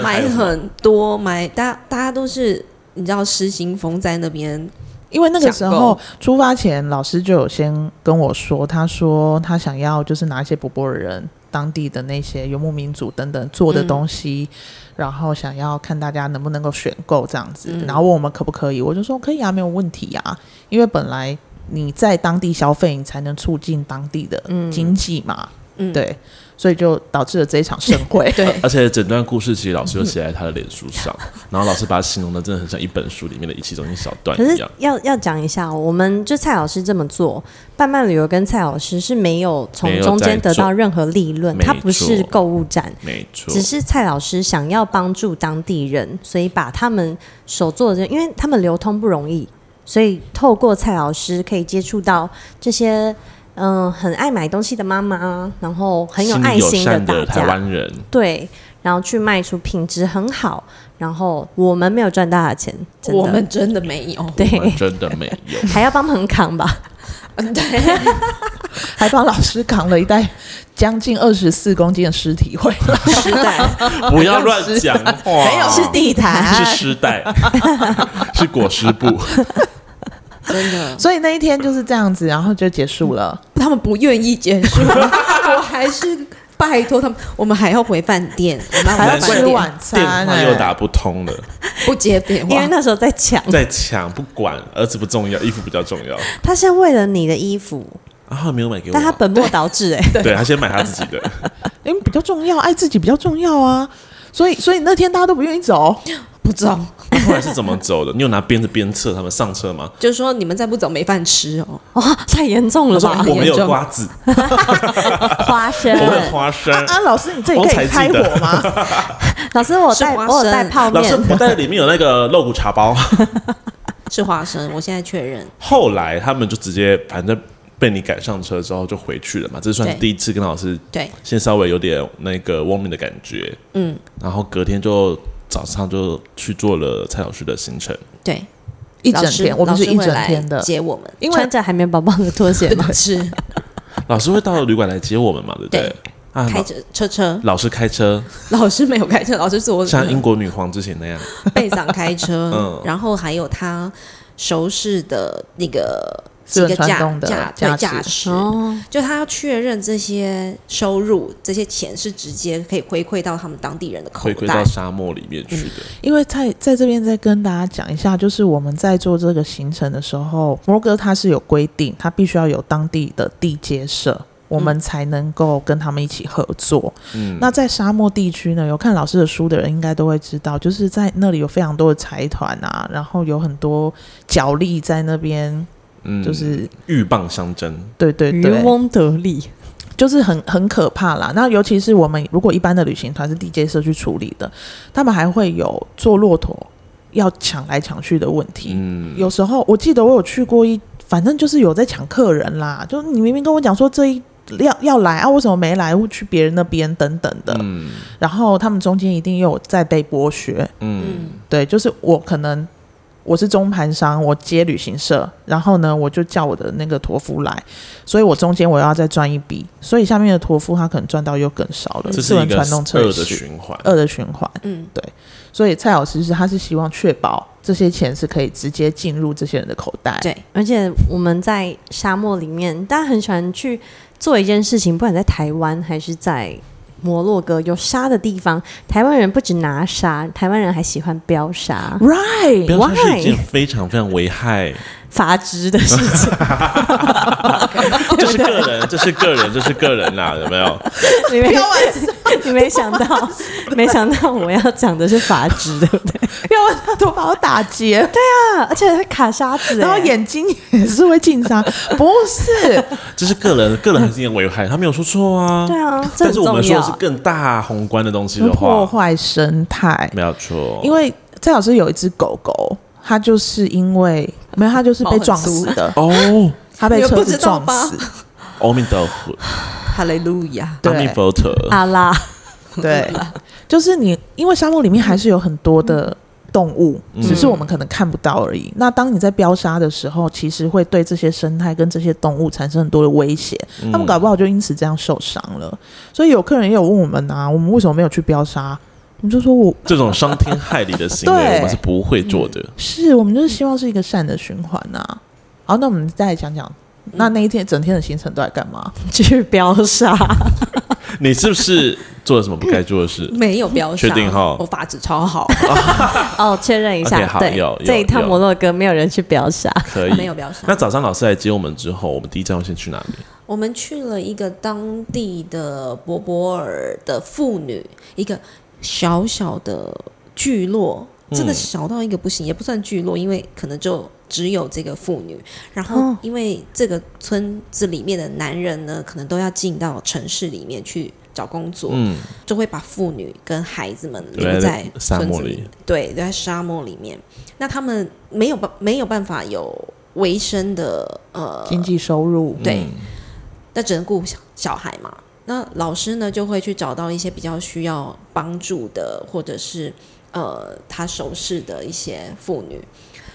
Speaker 4: 买很多，买大大家都是你知道失心疯在那边，
Speaker 1: 因为那个时
Speaker 4: 抢
Speaker 1: 候
Speaker 4: 购
Speaker 1: 出发前，老师就有先跟我说，他说他想要就是拿一些博博尔人当地的那些游牧民族等等做的东西，
Speaker 4: 嗯
Speaker 1: 然后想要看大家能不能够选购这样子，
Speaker 4: 嗯
Speaker 1: 然后问我们可不可以，我就说可以啊，没有问题啊，因为本来你在当地消费，你才能促进当地的经济嘛，
Speaker 4: 嗯。
Speaker 1: 对，所以就导致了这一场盛会
Speaker 4: 对，
Speaker 3: 而且整段故事其实老师又写在他的脸书 上，然后老师把它形容的真的很像一本书里面的一其中一小段
Speaker 2: 可
Speaker 3: 一
Speaker 2: 是
Speaker 3: 样。
Speaker 2: 要要讲一下哦，我们就蔡老师这么做，伴伴旅游跟蔡老师是没有
Speaker 3: 没
Speaker 2: 从
Speaker 3: 有
Speaker 2: 中
Speaker 3: 在
Speaker 2: 间得
Speaker 3: 做
Speaker 2: 到任何利润，
Speaker 3: 没
Speaker 2: 它不是
Speaker 3: 错
Speaker 2: 购物站，
Speaker 3: 没错
Speaker 2: 只，是蔡老师想要帮助当地人，所以把他们手做的这，因为他们流通不容易，所以透过蔡老师可以接触到这些嗯、很爱买东西的妈妈，然后很有
Speaker 3: 心
Speaker 2: 爱
Speaker 3: 地
Speaker 2: 心
Speaker 3: 善
Speaker 2: 大
Speaker 3: 的台
Speaker 2: 家，
Speaker 3: 湾人，
Speaker 2: 对，然后去卖出品质很好，然后我们没有赚大的钱，真的
Speaker 4: 我们真的没有，
Speaker 3: 我们
Speaker 2: 对。
Speaker 3: 真的没有。
Speaker 2: 还要帮忙扛吧，
Speaker 4: 对，
Speaker 1: 还帮老师扛了一袋将近二十四公斤的尸体回来。
Speaker 2: 时代
Speaker 3: 不要乱讲话，
Speaker 2: 没有是地毯
Speaker 3: 哦是尸袋， 是裹尸布。
Speaker 4: 真的，
Speaker 1: 所以那一天就是这样子，然后就结束了。
Speaker 4: 他们不愿意结束， 我还是拜托他们，我们还要回饭 店，我们
Speaker 1: 还要
Speaker 4: 回饭
Speaker 1: 吃
Speaker 4: 店
Speaker 1: 晚
Speaker 3: 电
Speaker 1: 餐、
Speaker 3: 话
Speaker 1: 欸，
Speaker 3: 又打不通了，
Speaker 4: 不接电
Speaker 2: 因为
Speaker 4: 话，
Speaker 2: 那时候在抢，
Speaker 3: 在抢不管，儿子不重要，衣服比较重要。
Speaker 2: 他是为了你的衣服，
Speaker 3: 然后没有买给我，
Speaker 2: 但他本末倒置哎、
Speaker 3: 啊对他先买他自己的，
Speaker 1: 因为比较重要，爱自己比较重要啊。所以，所以那天大家都不愿意走，
Speaker 4: 不走，
Speaker 3: 那后来是怎么走的？你有拿鞭子鞭策他们上车吗？
Speaker 4: 就说你们再不走没饭吃哦。
Speaker 2: 哇，太严重了吧
Speaker 4: 很？
Speaker 3: 哎我们
Speaker 4: 严
Speaker 3: 有
Speaker 4: 重
Speaker 3: 瓜子，
Speaker 2: 花生
Speaker 3: 我，们有花生。
Speaker 1: 啊，老师，你这里可以开火吗？
Speaker 2: 老师，我带
Speaker 4: 是花生
Speaker 2: 我有带泡
Speaker 3: 老师
Speaker 2: 啊面，
Speaker 3: 不带里面有那个肉骨茶包。
Speaker 4: 是花生，我现在确认。
Speaker 3: 后来他们就直接，反正被你赶上车之后就回去了嘛。这算是
Speaker 4: 对
Speaker 3: 第一次跟老师
Speaker 4: 对，
Speaker 3: 先稍微有点那个汪明的感觉，
Speaker 4: 嗯，
Speaker 3: 然后隔天就早上就去做了蔡老师的行程，
Speaker 4: 对，
Speaker 1: 一
Speaker 4: 老
Speaker 1: 整
Speaker 4: 师
Speaker 1: 天，我们
Speaker 4: 老
Speaker 1: 是
Speaker 4: 师
Speaker 1: 一
Speaker 4: 会
Speaker 1: 整
Speaker 4: 来
Speaker 1: 天的，
Speaker 4: 接我们，
Speaker 1: 因为
Speaker 2: 穿着海绵宝宝的拖鞋吗？
Speaker 4: 是
Speaker 3: 老师会到旅馆来接我们嘛，对不对？
Speaker 4: 对
Speaker 3: 啊，
Speaker 4: 开
Speaker 3: 老
Speaker 4: 着车车，
Speaker 3: 老师开车，
Speaker 4: 老师没有开车，老师坐
Speaker 3: 像英国女皇之前那样，
Speaker 4: 背上开车
Speaker 3: 嗯，
Speaker 4: 然后还有他熟识的那个
Speaker 1: 私人
Speaker 4: 几个
Speaker 1: 传
Speaker 4: 驾
Speaker 1: 动的
Speaker 4: 驾
Speaker 1: 驾驶
Speaker 4: 对驾驶，
Speaker 2: 哦，
Speaker 4: 就他要确认这些收入，这些钱是直接可以回馈到他们当地人的口
Speaker 3: 回归
Speaker 4: 袋
Speaker 3: 到。沙漠里面去的。
Speaker 1: 因为在在这边再跟大家讲一下，就是我们在做这个行程的时候，摩哥他是有规定，他必须要有当地的地接社，我们才能够跟他们一起合作。
Speaker 3: 嗯，
Speaker 1: 那在沙漠地区呢，有看老师的书的人应该都会知道，就是在那里有非常多的财团啊，然后有很多角力在那边，
Speaker 3: 嗯
Speaker 1: 就是、
Speaker 3: 鹬蚌相争，
Speaker 1: 对对
Speaker 2: 渔
Speaker 1: 对，
Speaker 2: 翁得利，
Speaker 1: 就是很很可怕啦。那尤其是我们如果一般的旅行团是 DJ 社去处理的，他们还会有坐骆驼要抢来抢去的问题。
Speaker 3: 嗯，
Speaker 1: 有时候我记得我有去过一，反正就是有在抢客人啦，就你明明跟我讲说这一。要要来啊？为什么没来？会去别人那边等等的。
Speaker 3: 嗯
Speaker 1: 然后他们中间一定又有在被剥削，
Speaker 3: 嗯，
Speaker 4: 嗯，
Speaker 1: 对，就是我可能我是中盘商，我接旅行社，然后呢，我就叫我的那个托夫来，所以我中间我要再赚一笔，所以下面的托夫他可能赚到又更少了，
Speaker 3: 这
Speaker 1: 私
Speaker 3: 是一
Speaker 1: 人嗯
Speaker 3: 个
Speaker 1: 传动
Speaker 3: 恶
Speaker 1: 车
Speaker 3: 的
Speaker 1: 是
Speaker 3: 循环。
Speaker 1: 恶的循环。
Speaker 4: 嗯，
Speaker 1: 所以蔡老师是他是希望确保这些钱是可以直接进入这些人的口袋。
Speaker 4: 对
Speaker 2: 而且我们在沙漠里面，大家很喜欢去做一件事情，不管在台湾还是在摩洛哥有沙的地方，台湾人不止拿沙，台湾人还喜欢飙沙，
Speaker 1: ，right，
Speaker 3: 不要说是一件
Speaker 2: Why？
Speaker 3: 非常非常危害，
Speaker 2: 伐植的事情。
Speaker 3: 这是个人，这是个人，这是个人啦，有没有？
Speaker 2: 你没你没想到，没想到我要讲的是法治，对不 对？
Speaker 1: 不要问他头发要打结，
Speaker 2: 啊，而且会卡沙子、
Speaker 1: 然后
Speaker 2: 欸
Speaker 1: 眼睛也是会进 伤，不是？
Speaker 3: 这是个人，个人还是一件危害，他没有说错啊。
Speaker 2: 对啊，这
Speaker 3: 但
Speaker 2: 很
Speaker 3: 是我们
Speaker 2: 重
Speaker 3: 说的是
Speaker 2: 要。
Speaker 3: 更大宏观的东西
Speaker 1: 是
Speaker 3: 的
Speaker 1: 破
Speaker 3: 话，
Speaker 1: 坏生态。
Speaker 3: 没有错，
Speaker 1: 因为蔡老师有一只狗狗，它就是因为没有，它就是被撞死的，
Speaker 3: 哦，
Speaker 1: 它被
Speaker 4: 你
Speaker 1: 车
Speaker 4: 们不
Speaker 1: 子
Speaker 4: 知道
Speaker 1: 撞
Speaker 4: 吧
Speaker 1: 死。
Speaker 3: 阿弥陀佛，
Speaker 4: 哈雷路亚，
Speaker 3: 阿弥
Speaker 1: 对
Speaker 3: 陀佛，
Speaker 2: 阿拉，
Speaker 1: 对，就是你，因为沙漠里面还是有很多
Speaker 4: 嗯
Speaker 1: 的动物，只是我们可能看不到而已。那当你在飙沙的时候，其实会对这些生态跟这些动物产生很多的威胁，
Speaker 3: 嗯
Speaker 1: 他们搞不好就因此这样受伤了。所以有客人也有问我们啊，我们为什么没有去飙沙？我们就说我
Speaker 3: 这种伤天害理的行为，
Speaker 1: 对嗯
Speaker 3: 我们是不会做的。
Speaker 1: 是我们就是希望是一个善的循环呐、好，那我嗯呃们再来讲讲，那那一天整天的行程都在干嘛？
Speaker 2: 去飙沙，
Speaker 3: 你是不是做了什么不该做的 事？
Speaker 4: 没有标上，
Speaker 3: 确定哈
Speaker 4: 我发质超好，
Speaker 2: 哦，确认一
Speaker 3: OK，
Speaker 2: 下，
Speaker 3: 好
Speaker 2: 对
Speaker 3: 有，有
Speaker 2: 这一趟
Speaker 3: 有
Speaker 2: 摩洛哥没有人去表傻，
Speaker 3: 可以，
Speaker 4: 没有标上
Speaker 3: 那早上老师来接我们之后，我们第一站要先去哪里？
Speaker 4: 我们去了一个当地的博博尔的妇女，一个小小的聚落，
Speaker 3: 嗯
Speaker 4: 真的小到一个不行，也不算聚落，因为可能就只有这个妇女。然后
Speaker 2: 哦，
Speaker 4: 因为这个村子里面的男人呢，可能都要进到城市里面去找工作，
Speaker 3: 嗯，
Speaker 4: 就会把妇女跟孩子们
Speaker 3: 留
Speaker 4: 留
Speaker 3: 在
Speaker 4: 在
Speaker 3: 沙漠
Speaker 4: 村子
Speaker 3: 里
Speaker 4: 里，对，留在沙漠里面。那他们没有办没有办法有维生的呃
Speaker 1: 经济收入，
Speaker 4: 对
Speaker 3: 嗯，
Speaker 4: 那只能顾小小孩嘛。那老师呢就会去找到一些比较需要帮助的，或者是呃他熟识的一些妇女。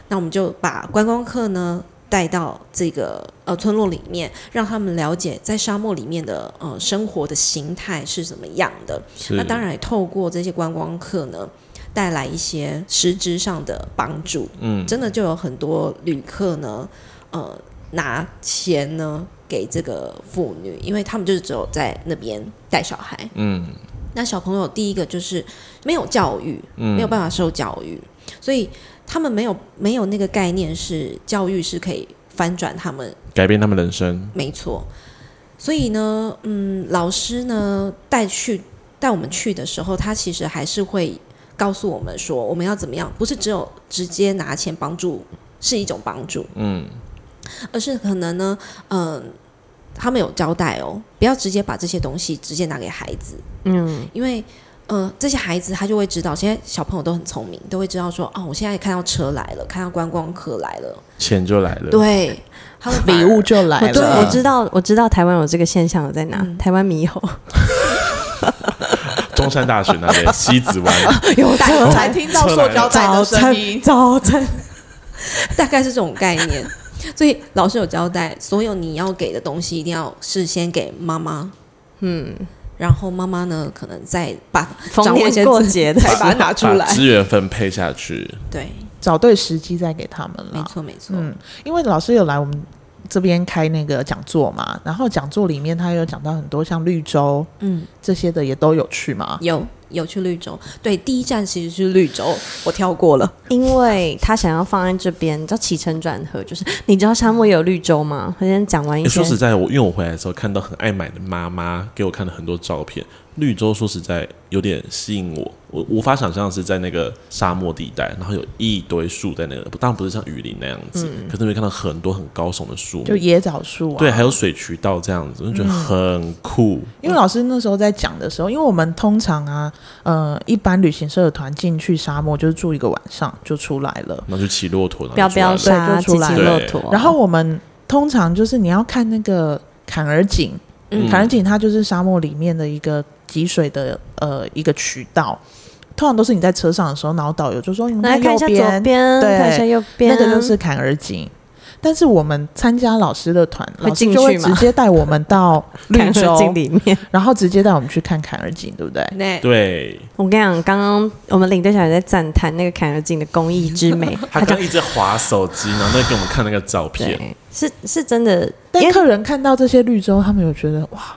Speaker 4: 那我们就把观光客呢带到这个呃村落里面，让他们了解在沙漠里面的呃生活的形态是怎么样的。
Speaker 3: 是
Speaker 4: 那当然也透过这些观光客呢，带来一些实质上的帮助。
Speaker 3: 嗯
Speaker 4: 真的就有很多旅客呢，呃，拿钱呢给这个妇女，因为他们就是只有在那边带小孩。
Speaker 3: 嗯
Speaker 4: 那小朋友第一个就是没有教育，
Speaker 3: 嗯，
Speaker 4: 没有办法受教育，所以他们没有没有那个概念是教育是可以翻转他们
Speaker 3: 改变他们人生。
Speaker 4: 没错。所以呢，嗯，老师呢带去带我们去的时候，他其实还是会告诉我们说，我们要怎么样，不是只有直接拿钱帮助是一种帮助，
Speaker 3: 嗯，
Speaker 4: 而是可能呢，嗯，他们有交代哦，不要直接把这些东西直接拿给孩子，
Speaker 2: 嗯，
Speaker 4: 因为呃，这些孩子他就会知道，现在小朋友都很聪明，都会知道说，哦，我现在看到车来了，看到观光客来了，
Speaker 3: 钱就来了。，
Speaker 4: 对，他们反而
Speaker 1: 礼物就来
Speaker 2: 我知我
Speaker 1: 了。
Speaker 2: 知道我知道台湾有这个现象，我在哪？台湾猕猴
Speaker 3: 中山大学那边西子湾，
Speaker 2: 有
Speaker 3: 哦
Speaker 1: 我才听到塑胶袋的声音，
Speaker 2: 早餐，
Speaker 4: 大概是这种概念。 所以老师有交代，所有你要给的东西一定要事先给妈妈，
Speaker 2: 嗯，
Speaker 4: 然后妈妈呢可能再把
Speaker 2: 逢
Speaker 4: 掌握一些
Speaker 2: 年过节的
Speaker 4: 才把它拿 出
Speaker 3: 把
Speaker 4: 来。
Speaker 3: 资源分配下去。
Speaker 4: 对，
Speaker 1: 找对时机再给他们
Speaker 4: 没
Speaker 1: 了。
Speaker 4: 错没错。
Speaker 1: 嗯，因为老师有来我们这边开那个讲座嘛，然后讲座里面他有讲到很多像绿洲
Speaker 4: 嗯，
Speaker 1: 这些的也都有去
Speaker 3: 嗯
Speaker 1: 嘛。
Speaker 4: 有有去绿洲，对，第一站其实是绿洲，我跳过了。
Speaker 2: 因为他想要放在这边，叫起承转合，就是你知道沙漠有绿洲吗？我先讲完一
Speaker 3: 欸
Speaker 2: 圈
Speaker 3: 说，实在，我因为我回来的时候看到很爱买的妈妈给我看了很多照片，绿洲说实在有点吸引我，我无法想象是在那个沙漠地带，然后有一堆树在那个，当然不是像雨林那样子，
Speaker 4: 嗯
Speaker 3: 可是你会看到很多很高耸的树木，
Speaker 1: 就野枣树啊，
Speaker 3: 对，还有水渠道这样子，我就觉
Speaker 4: 嗯
Speaker 3: 得很酷。
Speaker 1: 因为
Speaker 2: 嗯
Speaker 1: 老师那时候在讲的时候，因为我们通常啊，呃，一般旅行社团进去沙漠就是住一个晚上就出来了，
Speaker 3: 然后就骑骆驼，然后
Speaker 2: 标
Speaker 3: 就出来
Speaker 2: 标沙、
Speaker 3: 了
Speaker 1: 对
Speaker 2: 骑
Speaker 1: 哦就出来
Speaker 2: 骑
Speaker 1: 了
Speaker 2: 骆驼，
Speaker 1: 然后我们通常就是你要看那个坎儿井，
Speaker 3: 嗯
Speaker 1: 坎儿井它就是沙漠里面的一个集水的呃一个渠道，通常都是你在车上的时候，然后导游就说你们
Speaker 2: 来看一
Speaker 1: 右
Speaker 2: 下左
Speaker 1: 边，
Speaker 2: 边，
Speaker 1: 对
Speaker 2: 看一下右边，啊
Speaker 1: 那个就是坎儿井。但是我们参加老师的团，
Speaker 2: 会
Speaker 1: 老师
Speaker 2: 进
Speaker 1: 就会
Speaker 2: 去吗
Speaker 1: 直接带我们 到绿
Speaker 2: 看
Speaker 1: 洲，
Speaker 2: 镜里面。
Speaker 1: 然后直接带我们去看坎儿井，对不对？
Speaker 4: 那
Speaker 3: 对，
Speaker 2: 我跟你讲，刚刚我们领队小姐在赞叹那个坎儿镜的工艺 之美，
Speaker 3: 他刚一直划手机，然后在给我们看那个照片，
Speaker 2: 对，是是真的，因
Speaker 1: 但
Speaker 2: 为
Speaker 1: 客人看到这些绿洲，他们有觉得哇，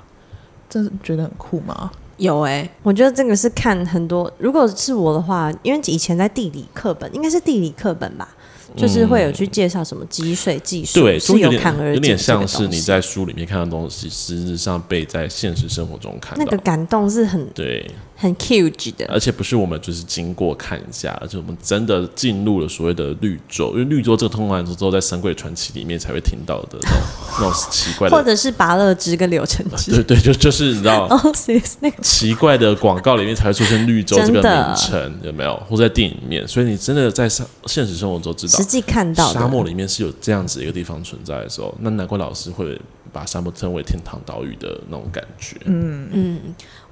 Speaker 1: 真的觉得很酷吗？
Speaker 4: 有哎、
Speaker 2: 我觉得这个是看很多。如果是我的话，因为以前在地理课本，应该是地理课本吧，就是
Speaker 1: 嗯
Speaker 2: 会有去介绍什么积水技术，
Speaker 3: 对，就是
Speaker 2: 有
Speaker 3: 有点
Speaker 2: 坎儿
Speaker 3: 有
Speaker 2: 镜
Speaker 3: 点
Speaker 2: 这个
Speaker 3: 像是
Speaker 2: 东
Speaker 3: 你
Speaker 2: 西
Speaker 3: 在书里面看到的东西，实质上被在现实生活中看到。
Speaker 2: 那个感动是很
Speaker 3: 对，
Speaker 2: 很 huge 的，
Speaker 3: 而且不是我们就是经过看一下，而且我们真的进入了所谓的绿洲，因为绿洲这个通常都在《神鬼传奇》里面才会听到的那 种那种奇怪
Speaker 2: 或
Speaker 3: 的，
Speaker 2: 者是拔乐枝跟柳橙汁。
Speaker 3: 呃对对，就就是你知道
Speaker 2: 哦，是那个
Speaker 3: 奇怪的广告里面才会出现绿洲这
Speaker 2: 真
Speaker 3: 个
Speaker 2: 的
Speaker 3: 名称，有没有？或者在电影里面，所以你真的在上现实生活中知道
Speaker 2: 实，际看到的
Speaker 3: 沙漠里面是有这样子一个地方存在的时候，那难怪老师会把沙漠称为天堂岛屿的那种感觉。
Speaker 4: 嗯，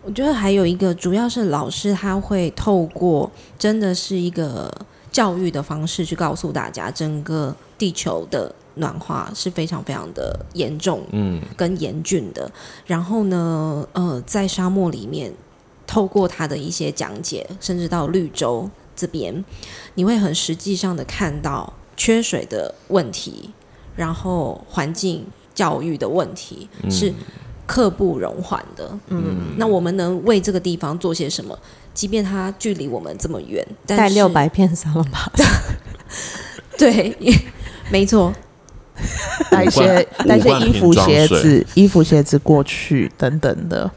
Speaker 4: 我觉得还有一个，主要是老师他会透过真的是一个教育的方式去告诉大家，整个地球的暖化是非常非常的严重
Speaker 3: 嗯，
Speaker 4: 跟严峻的。然后呢，呃，在沙漠里面，透过他的一些讲解，甚至到绿洲这边，你会很实际上的看到缺水的问题，然后环境教育的问题是刻不容缓的。嗯，那我们能为这个地方做些什么？即便它距离我们这么远，但
Speaker 2: 带
Speaker 4: 是
Speaker 2: 六百片沙龙吧，
Speaker 4: 对， 没错，
Speaker 1: 带一些
Speaker 3: 五万
Speaker 1: 带一些
Speaker 3: 五万
Speaker 1: 衣服、
Speaker 3: 瓶装
Speaker 1: 鞋子
Speaker 3: 水、
Speaker 1: 衣服、鞋子过去等等的。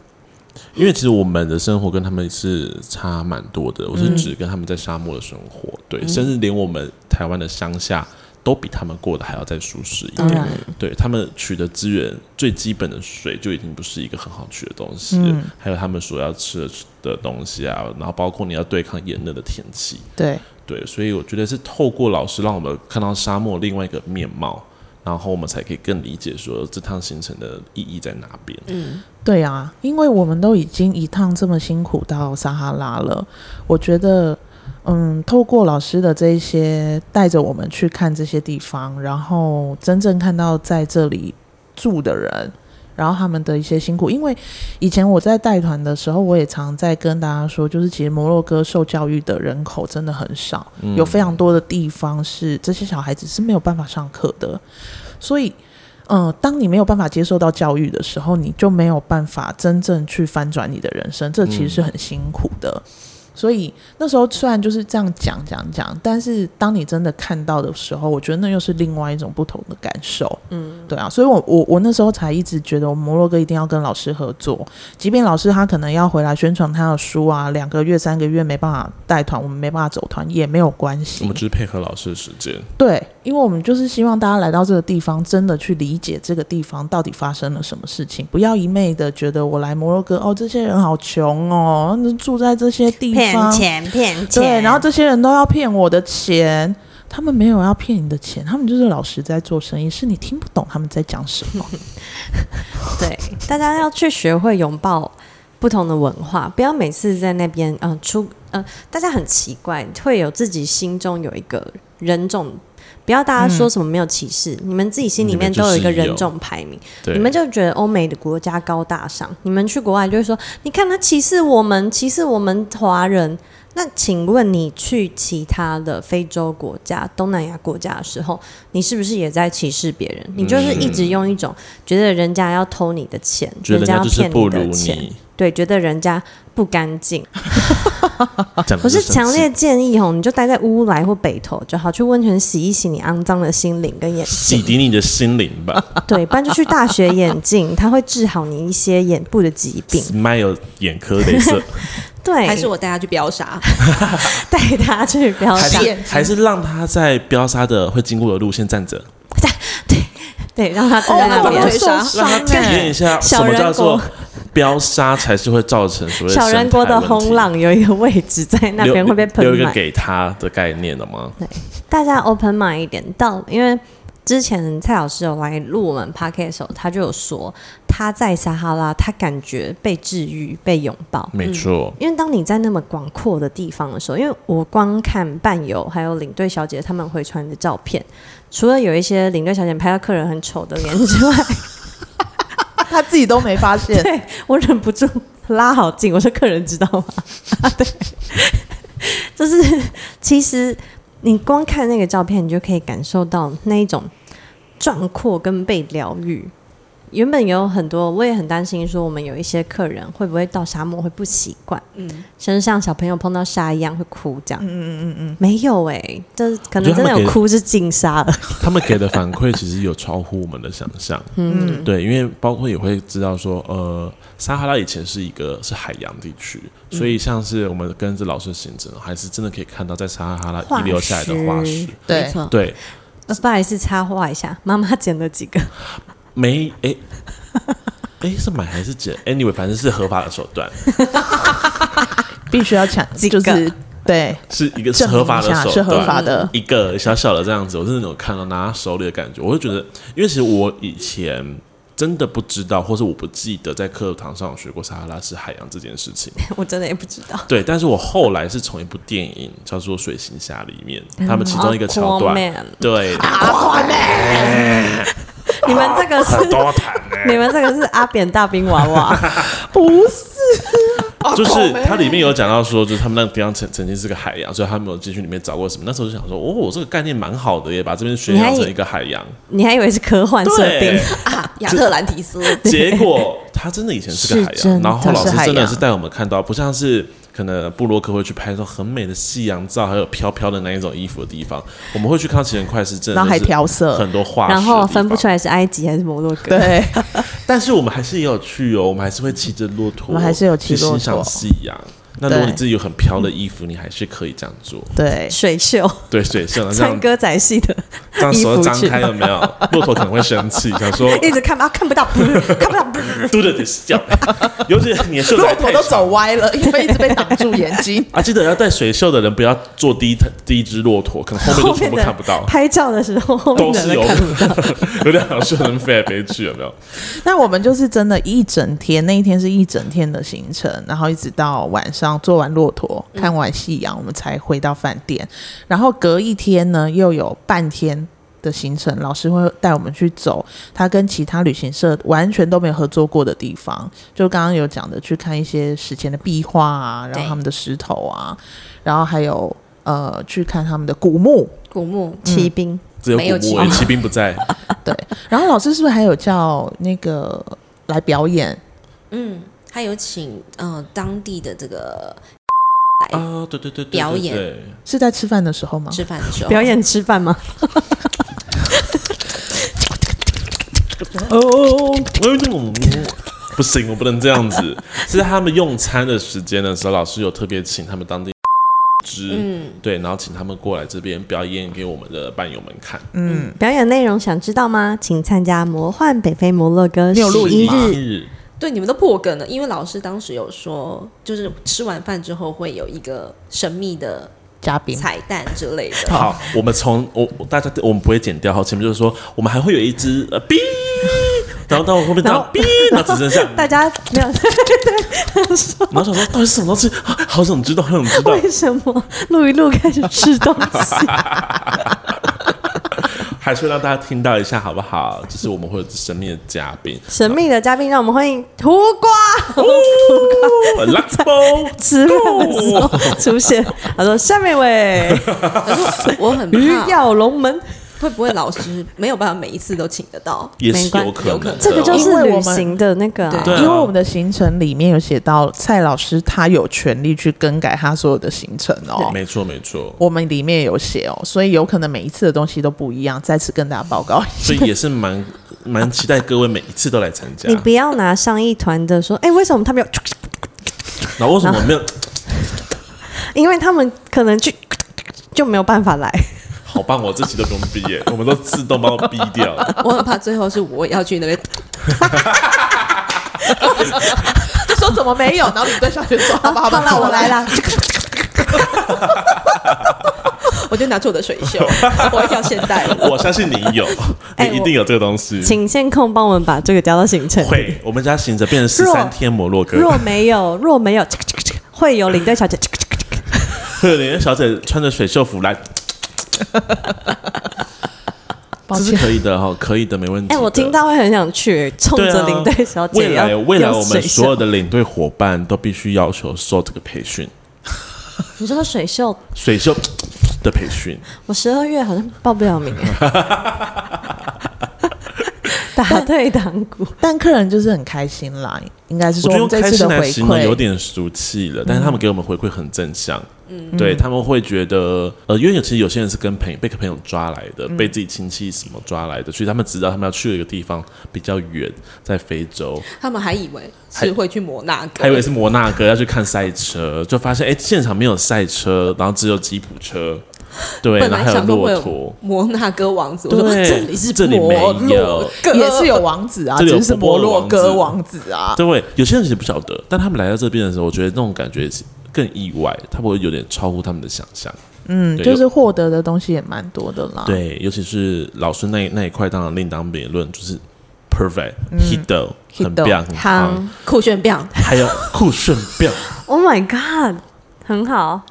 Speaker 3: 因为其实我们的生活跟他们是差蛮多的，我是指跟他们在沙漠的生活，对，甚至连我们台湾的乡下都比他们过得还要再舒适一
Speaker 2: 嗯
Speaker 1: 当
Speaker 3: 点
Speaker 1: 然。
Speaker 3: 对他们取得资源，最基本的水就已经不是一个很好取的东西了，
Speaker 1: 嗯
Speaker 3: 还有他们所要吃的的东西啊，然后包括你要对抗炎热的天气，
Speaker 1: 对，
Speaker 3: 对，所以我觉得是透过老师让我们看到沙漠另外一个面貌，然后我们才可以更理解说这趟行程的意义在哪边。
Speaker 4: 嗯，
Speaker 1: 对啊，因为我们都已经一趟这么辛苦到撒哈拉了，我觉得，嗯，透过老师的这一些带着我们去看这些地方，然后真正看到在这里住的人，然后他们的一些辛苦。因为以前我在带团的时候，我也常在跟大家说，就是其实摩洛哥受教育的人口真的很少，
Speaker 3: 嗯
Speaker 1: 有非常多的地方是这些小孩子是没有办法上课的，所以嗯，当你没有办法接受到教育的时候，你就没有办法真正去翻转你的人生，这其实是很辛苦的。所以那时候虽然就是这样讲讲讲，但是当你真的看到的时候，我觉得那又是另外一种不同的感受。嗯，对啊，所以我我我那时候才一直觉得，我摩洛哥一定要跟老师合作，即便老师他可能要回来宣传他的书啊，两个月、三个月没办法带团，我们没办法走团也没有关系。
Speaker 3: 我们只是配合老师的时间，
Speaker 1: 对，因为我们就是希望大家来到这个地方，真的去理解这个地方到底发生了什么事情，不要一昧的觉得我来摩洛哥哦，这些人好穷哦，住在这些地方，
Speaker 2: 钱骗
Speaker 1: 对，然后这些人都要骗我的钱。他们没有要骗你的钱，他们就是老实在做生意，是你听不懂他们在讲什么。
Speaker 2: 对，大家要去学会拥抱不同的文化，不要每次在那边嗯、呃出呃，大家很奇怪，会有自己心中有一个人种。不要大家说什么没有歧视，你们自己心里面都有一个人种排名，
Speaker 3: 对，
Speaker 2: 你们就觉得欧美的国家高大上，你们去国外就会说，你看他歧视我们，歧视我们华人。那请问你去其他的非洲国家、东南亚国家的时候，你是不是也在歧视别人？
Speaker 3: 嗯
Speaker 2: 你就是一直用一种觉得人家要偷你的钱，
Speaker 3: 觉得人
Speaker 2: 家
Speaker 3: 家
Speaker 2: 要
Speaker 3: 就是
Speaker 2: 骗
Speaker 3: 不如
Speaker 2: 的钱，
Speaker 3: 你，
Speaker 2: 对，觉得人家不干 净。
Speaker 3: 讲
Speaker 2: 我
Speaker 3: 得
Speaker 2: 哦是
Speaker 3: 生
Speaker 2: 强
Speaker 3: 气
Speaker 2: 烈建议吼，你就待在乌来或北投就好，去温泉洗一洗你肮脏的心灵跟眼睛
Speaker 3: 洗。涤你的心灵吧
Speaker 2: 对，不然就去大学眼镜， 它会治好你一些眼部的疾病。
Speaker 3: ，Smile 眼科镭射，
Speaker 2: 对，
Speaker 4: 还是我带他去飙沙，
Speaker 2: 带他去标
Speaker 3: 还
Speaker 2: 沙，
Speaker 3: 是还是让他在标沙的会经过的路线站着，
Speaker 2: 对，让他站在那
Speaker 4: 哦
Speaker 2: 边
Speaker 4: 我。受
Speaker 3: 让他体验一下什
Speaker 2: 小
Speaker 3: 么
Speaker 2: 人
Speaker 3: 叫做
Speaker 2: 国
Speaker 3: 标沙才是会造成所谓
Speaker 2: 小人国的
Speaker 3: 轰
Speaker 2: 风，浪有一个位置在那
Speaker 3: 留
Speaker 2: 边会被
Speaker 3: 留一
Speaker 2: 喷
Speaker 3: 个
Speaker 2: 满，
Speaker 3: 给他的概念了吗？
Speaker 2: 大家 open mind 一点。到因为之前蔡老师有来录我们 p o d c a s t 的时候，他就有说他在撒哈拉，他感觉被治愈、被拥抱。
Speaker 3: 没错，
Speaker 2: 因为当你在那么广阔的地方的时候，因为我光看伴游还有领队小姐他们会传的照片，除了有一些领队小姐拍到客人很丑的脸之外，
Speaker 1: 他自己都没发现，
Speaker 2: 对我忍不住拉好近，我说客人知道吗？ 啊，对，就是其实你光看那个照片，你就可以感受到那一种壮阔跟被疗愈。原本有很多，我也很担心说，我们有一些客人会不会到沙漠会不习惯，
Speaker 4: 嗯，
Speaker 2: 甚至像小朋友碰到沙一样会哭这样。
Speaker 1: 嗯嗯嗯
Speaker 2: 没有哎、这可能
Speaker 3: 我觉得他
Speaker 2: 真
Speaker 3: 们
Speaker 2: 的有
Speaker 3: 给
Speaker 2: 哭是进沙了。
Speaker 3: 他们给的反馈其实有超乎我们的想象，
Speaker 1: 嗯
Speaker 3: 对，因为包括也会知道说，呃，撒哈拉以前是一个是海洋地区，所以像是我们跟着老师的行程，还是真的可以看到在撒哈拉遗留下来的化
Speaker 2: 化
Speaker 3: 石
Speaker 2: 石。
Speaker 1: 嗯，对，
Speaker 4: 错，
Speaker 3: 对，
Speaker 2: 呃不好意思，插话一下，妈妈捡了几个，
Speaker 3: 没诶诶，是买还是捡？Anyway，反正是合法的手段，
Speaker 1: 必须要抢，
Speaker 2: 几
Speaker 1: 就
Speaker 2: 个
Speaker 1: 是对，
Speaker 3: 是一个是
Speaker 1: 证
Speaker 3: 合
Speaker 1: 明
Speaker 3: 法
Speaker 1: 一
Speaker 3: 的
Speaker 1: 下
Speaker 3: 手段，
Speaker 1: 是合法的，
Speaker 3: 一个小小的这样子，我真的有看到拿在手里的感觉，我就觉得，因为其实我以前真的不知道，或是我不记得在课堂上有学过撒哈拉是海洋这件事 情。
Speaker 2: 我真的也不知道。
Speaker 3: 对，但是我后来是从一部电影叫做《水行侠》里面，
Speaker 1: 嗯
Speaker 3: 他们其中一个桥
Speaker 1: Oh,
Speaker 3: 段，
Speaker 2: Aquaman
Speaker 3: 对，
Speaker 1: Ah,
Speaker 2: 你们这个是
Speaker 3: 多谈呢，
Speaker 2: 你们这个是阿扁大兵娃娃，
Speaker 1: 不是
Speaker 3: 就是它里面有讲到说，就是他们那个地方曾曾经是个海洋，所以他们有进去里面找过什么。那时候就想说，哦，这个概念蛮好的耶，把这边宣扬成一个海洋。
Speaker 2: 你还以为是科幻设定
Speaker 3: 对，
Speaker 2: 啊？
Speaker 4: 亚特兰提斯，
Speaker 3: 结果他真的以前是个海
Speaker 2: 是真
Speaker 3: 洋，
Speaker 2: 的
Speaker 3: 然后老师真的
Speaker 1: 是
Speaker 3: 是
Speaker 1: 海
Speaker 3: 带我们看到，不像是可能布洛克会去拍那种很美的夕阳照，还有飘飘的那一种衣服的地方，我们会去看到奇人快是真的，
Speaker 1: 然后还调色
Speaker 3: 很多画，
Speaker 2: 然后分不出
Speaker 3: 来。
Speaker 2: 来是埃及还是摩洛哥。
Speaker 1: 对，
Speaker 3: 但是我们还是也有去哦，我们还是会骑着骆驼，
Speaker 1: 我们还是有骑
Speaker 3: 去
Speaker 1: 骆驼
Speaker 3: 欣赏夕阳。那如果
Speaker 1: 对
Speaker 3: 你自己有很飘的衣服，你还是可以这样做。
Speaker 1: 对，
Speaker 2: 水袖，
Speaker 3: 对，水像这
Speaker 2: 穿
Speaker 3: 样
Speaker 2: 歌仔戏的，
Speaker 3: 这样
Speaker 2: 衣
Speaker 3: 手
Speaker 2: 服
Speaker 3: 张
Speaker 2: 去
Speaker 3: 开有没有？骆驼可能会生气，想说
Speaker 2: 一直看不到，看不到， 看不到。
Speaker 3: 嘟的得笑， 尤其是你的袖子
Speaker 1: 骆
Speaker 3: 还
Speaker 1: 驼
Speaker 3: 太
Speaker 1: 都
Speaker 3: 长
Speaker 1: 走歪了，因为一直被挡住眼睛。
Speaker 3: 啊，记得要带水袖的人不要坐第一第一只骆驼，可能
Speaker 2: 后
Speaker 3: 后面就全部
Speaker 2: 的
Speaker 3: 看不到，
Speaker 2: 拍照的时候，后面
Speaker 3: 都
Speaker 2: 的
Speaker 3: 是有
Speaker 2: 人看不到。
Speaker 3: 有两条袖人飞来飞去，有没有？
Speaker 1: 那我们就是真的一整天，那一天是一整天的行程，然后一直到晚上做完骆驼，看完夕阳，我们才回到饭店。然后隔一天呢，又有半天的行程，老师会带我们去走他跟其他旅行社完全都没有合作过的地方，就刚刚有讲的，去看一些史前的壁画啊，然后
Speaker 2: 对
Speaker 1: 他们的石头啊，然后还有呃去看他们的古墓。
Speaker 4: 古墓
Speaker 2: 骑兵，
Speaker 3: 只有
Speaker 4: 没有
Speaker 3: 古
Speaker 4: 骑
Speaker 3: 墓而已，骑兵 不在，
Speaker 1: 对，然后老师是不是还有叫那个来表演？
Speaker 4: 嗯，他有请呃当地的这个
Speaker 3: 啊，对对对，对对
Speaker 4: 表演
Speaker 3: 对
Speaker 1: 是在吃饭的时候
Speaker 3: 啊
Speaker 1: 吗？
Speaker 4: 吃饭的时候
Speaker 2: 表演吃饭吗？
Speaker 3: 哦，不行，我不能这样子。 是在他们用餐的时间的时候，老师有特别请他们当地之、
Speaker 4: 嗯，
Speaker 3: 对，然后请他们过来这边表演给我们的伴友们看。
Speaker 1: 嗯。
Speaker 2: 表演内容想知道吗？请参加《魔幻北非摩洛哥》
Speaker 1: 你有录
Speaker 2: 十
Speaker 1: 影
Speaker 2: 一
Speaker 1: 吗
Speaker 2: 日
Speaker 3: 日
Speaker 4: 对，你们都破梗了，因为老师当时有说，就是吃完饭之后会有一个神秘的
Speaker 1: 嘉宾，
Speaker 4: 彩蛋之类 的。
Speaker 3: 好，我们从我我大家我们不会剪掉，好，前面就是说我们还会有一只呃 B，然后到后面
Speaker 2: 然
Speaker 3: 到
Speaker 2: 后
Speaker 3: B，然后只剩下，
Speaker 2: 大家没有
Speaker 3: 然后想说到底是什么东西，啊好想知道，好想 知道，
Speaker 2: 为什么录一录开始吃东西？
Speaker 3: 还是会让大家听到一下好不好？就是我们会有神秘的嘉 宾
Speaker 2: 神秘的嘉宾，让我们欢迎胡 瓜。
Speaker 3: ，Lux Bo，
Speaker 2: 吃饭的时候出现，他说：“下面一 位
Speaker 4: 可是我很
Speaker 2: 鱼
Speaker 4: 怕，
Speaker 2: 跃龙门，
Speaker 4: 会不会老师没有办法每一次都请得到？
Speaker 3: 也是
Speaker 2: 没关
Speaker 3: 有可能的，
Speaker 2: 这个就是
Speaker 1: 因为我
Speaker 2: 旅
Speaker 1: 们
Speaker 2: 行的那个、啊
Speaker 3: 对
Speaker 4: 对。
Speaker 3: 啊
Speaker 1: 因为我们的行程里面有写到蔡老师他有权利去更改他所有的行程哦。
Speaker 3: 没错没错，
Speaker 1: 我们里面有写哦，所以有可能每一次的东西都不一样。再次跟大家报告，
Speaker 3: 所以也是蛮蛮期待各位每一次都来参 加
Speaker 2: 你。不要拿上一团的说，哎、为什么他们有？
Speaker 3: 然后为什么没有？
Speaker 2: 因为他们可能就就没有办法来。
Speaker 3: 好棒，我这期都不用毕业，我们都自动帮我逼掉。
Speaker 4: 我很怕最后是我要去那边，
Speaker 1: 就说哦怎么没有，然后领队上去说，好吧，好吧，那我来啦。
Speaker 4: 我就拿出我的水 袖， 我一定要现代的。
Speaker 3: 我相信你有，
Speaker 2: 哎
Speaker 3: 你一定有这个东西。
Speaker 2: 请线控帮我们把这个加到行程。
Speaker 3: 会，我们家行者变成十
Speaker 2: 若
Speaker 3: 三天摩洛哥，
Speaker 2: 若没有，若没有，会有领队小姐。
Speaker 3: 会有连小姐穿着水袖 服来，
Speaker 1: 抱
Speaker 3: 这是
Speaker 1: 歉，
Speaker 3: 可以的哈、可以的，没问题。
Speaker 2: 哎、我听。到会很想去，冲
Speaker 3: 对
Speaker 2: 着
Speaker 3: 啊，
Speaker 2: 领队小姐
Speaker 3: 未
Speaker 2: 要
Speaker 3: 来未来
Speaker 2: 要
Speaker 3: 我们
Speaker 2: 水
Speaker 3: 所有
Speaker 2: 袖。
Speaker 3: 的领队伙伴都必须要求受这个培训，
Speaker 2: 你说水袖，
Speaker 3: 水袖的培训。
Speaker 2: 我十二月好像报不了名。欸打退堂鼓，
Speaker 1: 但客人就是很开心啦，应该是
Speaker 3: 我
Speaker 1: 说
Speaker 3: 觉
Speaker 1: 们这
Speaker 3: 得用开
Speaker 1: 次
Speaker 3: 心
Speaker 1: 的
Speaker 3: 来
Speaker 1: 回
Speaker 3: 形容有
Speaker 1: 馈，
Speaker 3: 点俗气了，但是他们给我们回馈很正向。嗯，对他们会觉得，呃，因为其实有些人是跟朋友被朋友抓来的，被自己亲戚什么抓来的，所以他们知道他们要去的一个地方比较远，在非洲，
Speaker 4: 他们还以为是会去摩纳
Speaker 3: 还以
Speaker 4: 哥，
Speaker 3: 为是摩纳哥要去看赛车，就发现哎、诶现场没有赛车，然后只有吉普车，对，
Speaker 4: 本
Speaker 3: 然后
Speaker 4: 来
Speaker 3: 还有
Speaker 4: 想说会
Speaker 3: 骆
Speaker 4: 有
Speaker 3: 驼，
Speaker 4: 摩纳哥王子，我说
Speaker 3: 对，
Speaker 4: 这里是
Speaker 3: 这里没
Speaker 4: 摩
Speaker 3: 有
Speaker 4: 洛哥，
Speaker 1: 也是有王子啊，
Speaker 3: 这里有
Speaker 1: 只是摩洛哥王子啊。
Speaker 3: 对，有些人其实不晓得，但他们来到这边的时候，我觉得那种感觉更意外，他们会有点超乎他们的想象。
Speaker 1: 嗯，
Speaker 3: 对
Speaker 1: 就是获得的东西也蛮多的啦。，
Speaker 3: 对，尤其是老师那那一块，当然另当别论，就是 perfect、hit 很
Speaker 1: 嗯 hit
Speaker 3: 棒，很棒，
Speaker 4: 酷炫棒，
Speaker 3: 还有酷炫 棒。
Speaker 2: ，Oh my God，很好。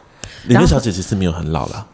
Speaker 3: 林妹小姐其实没有很老啦，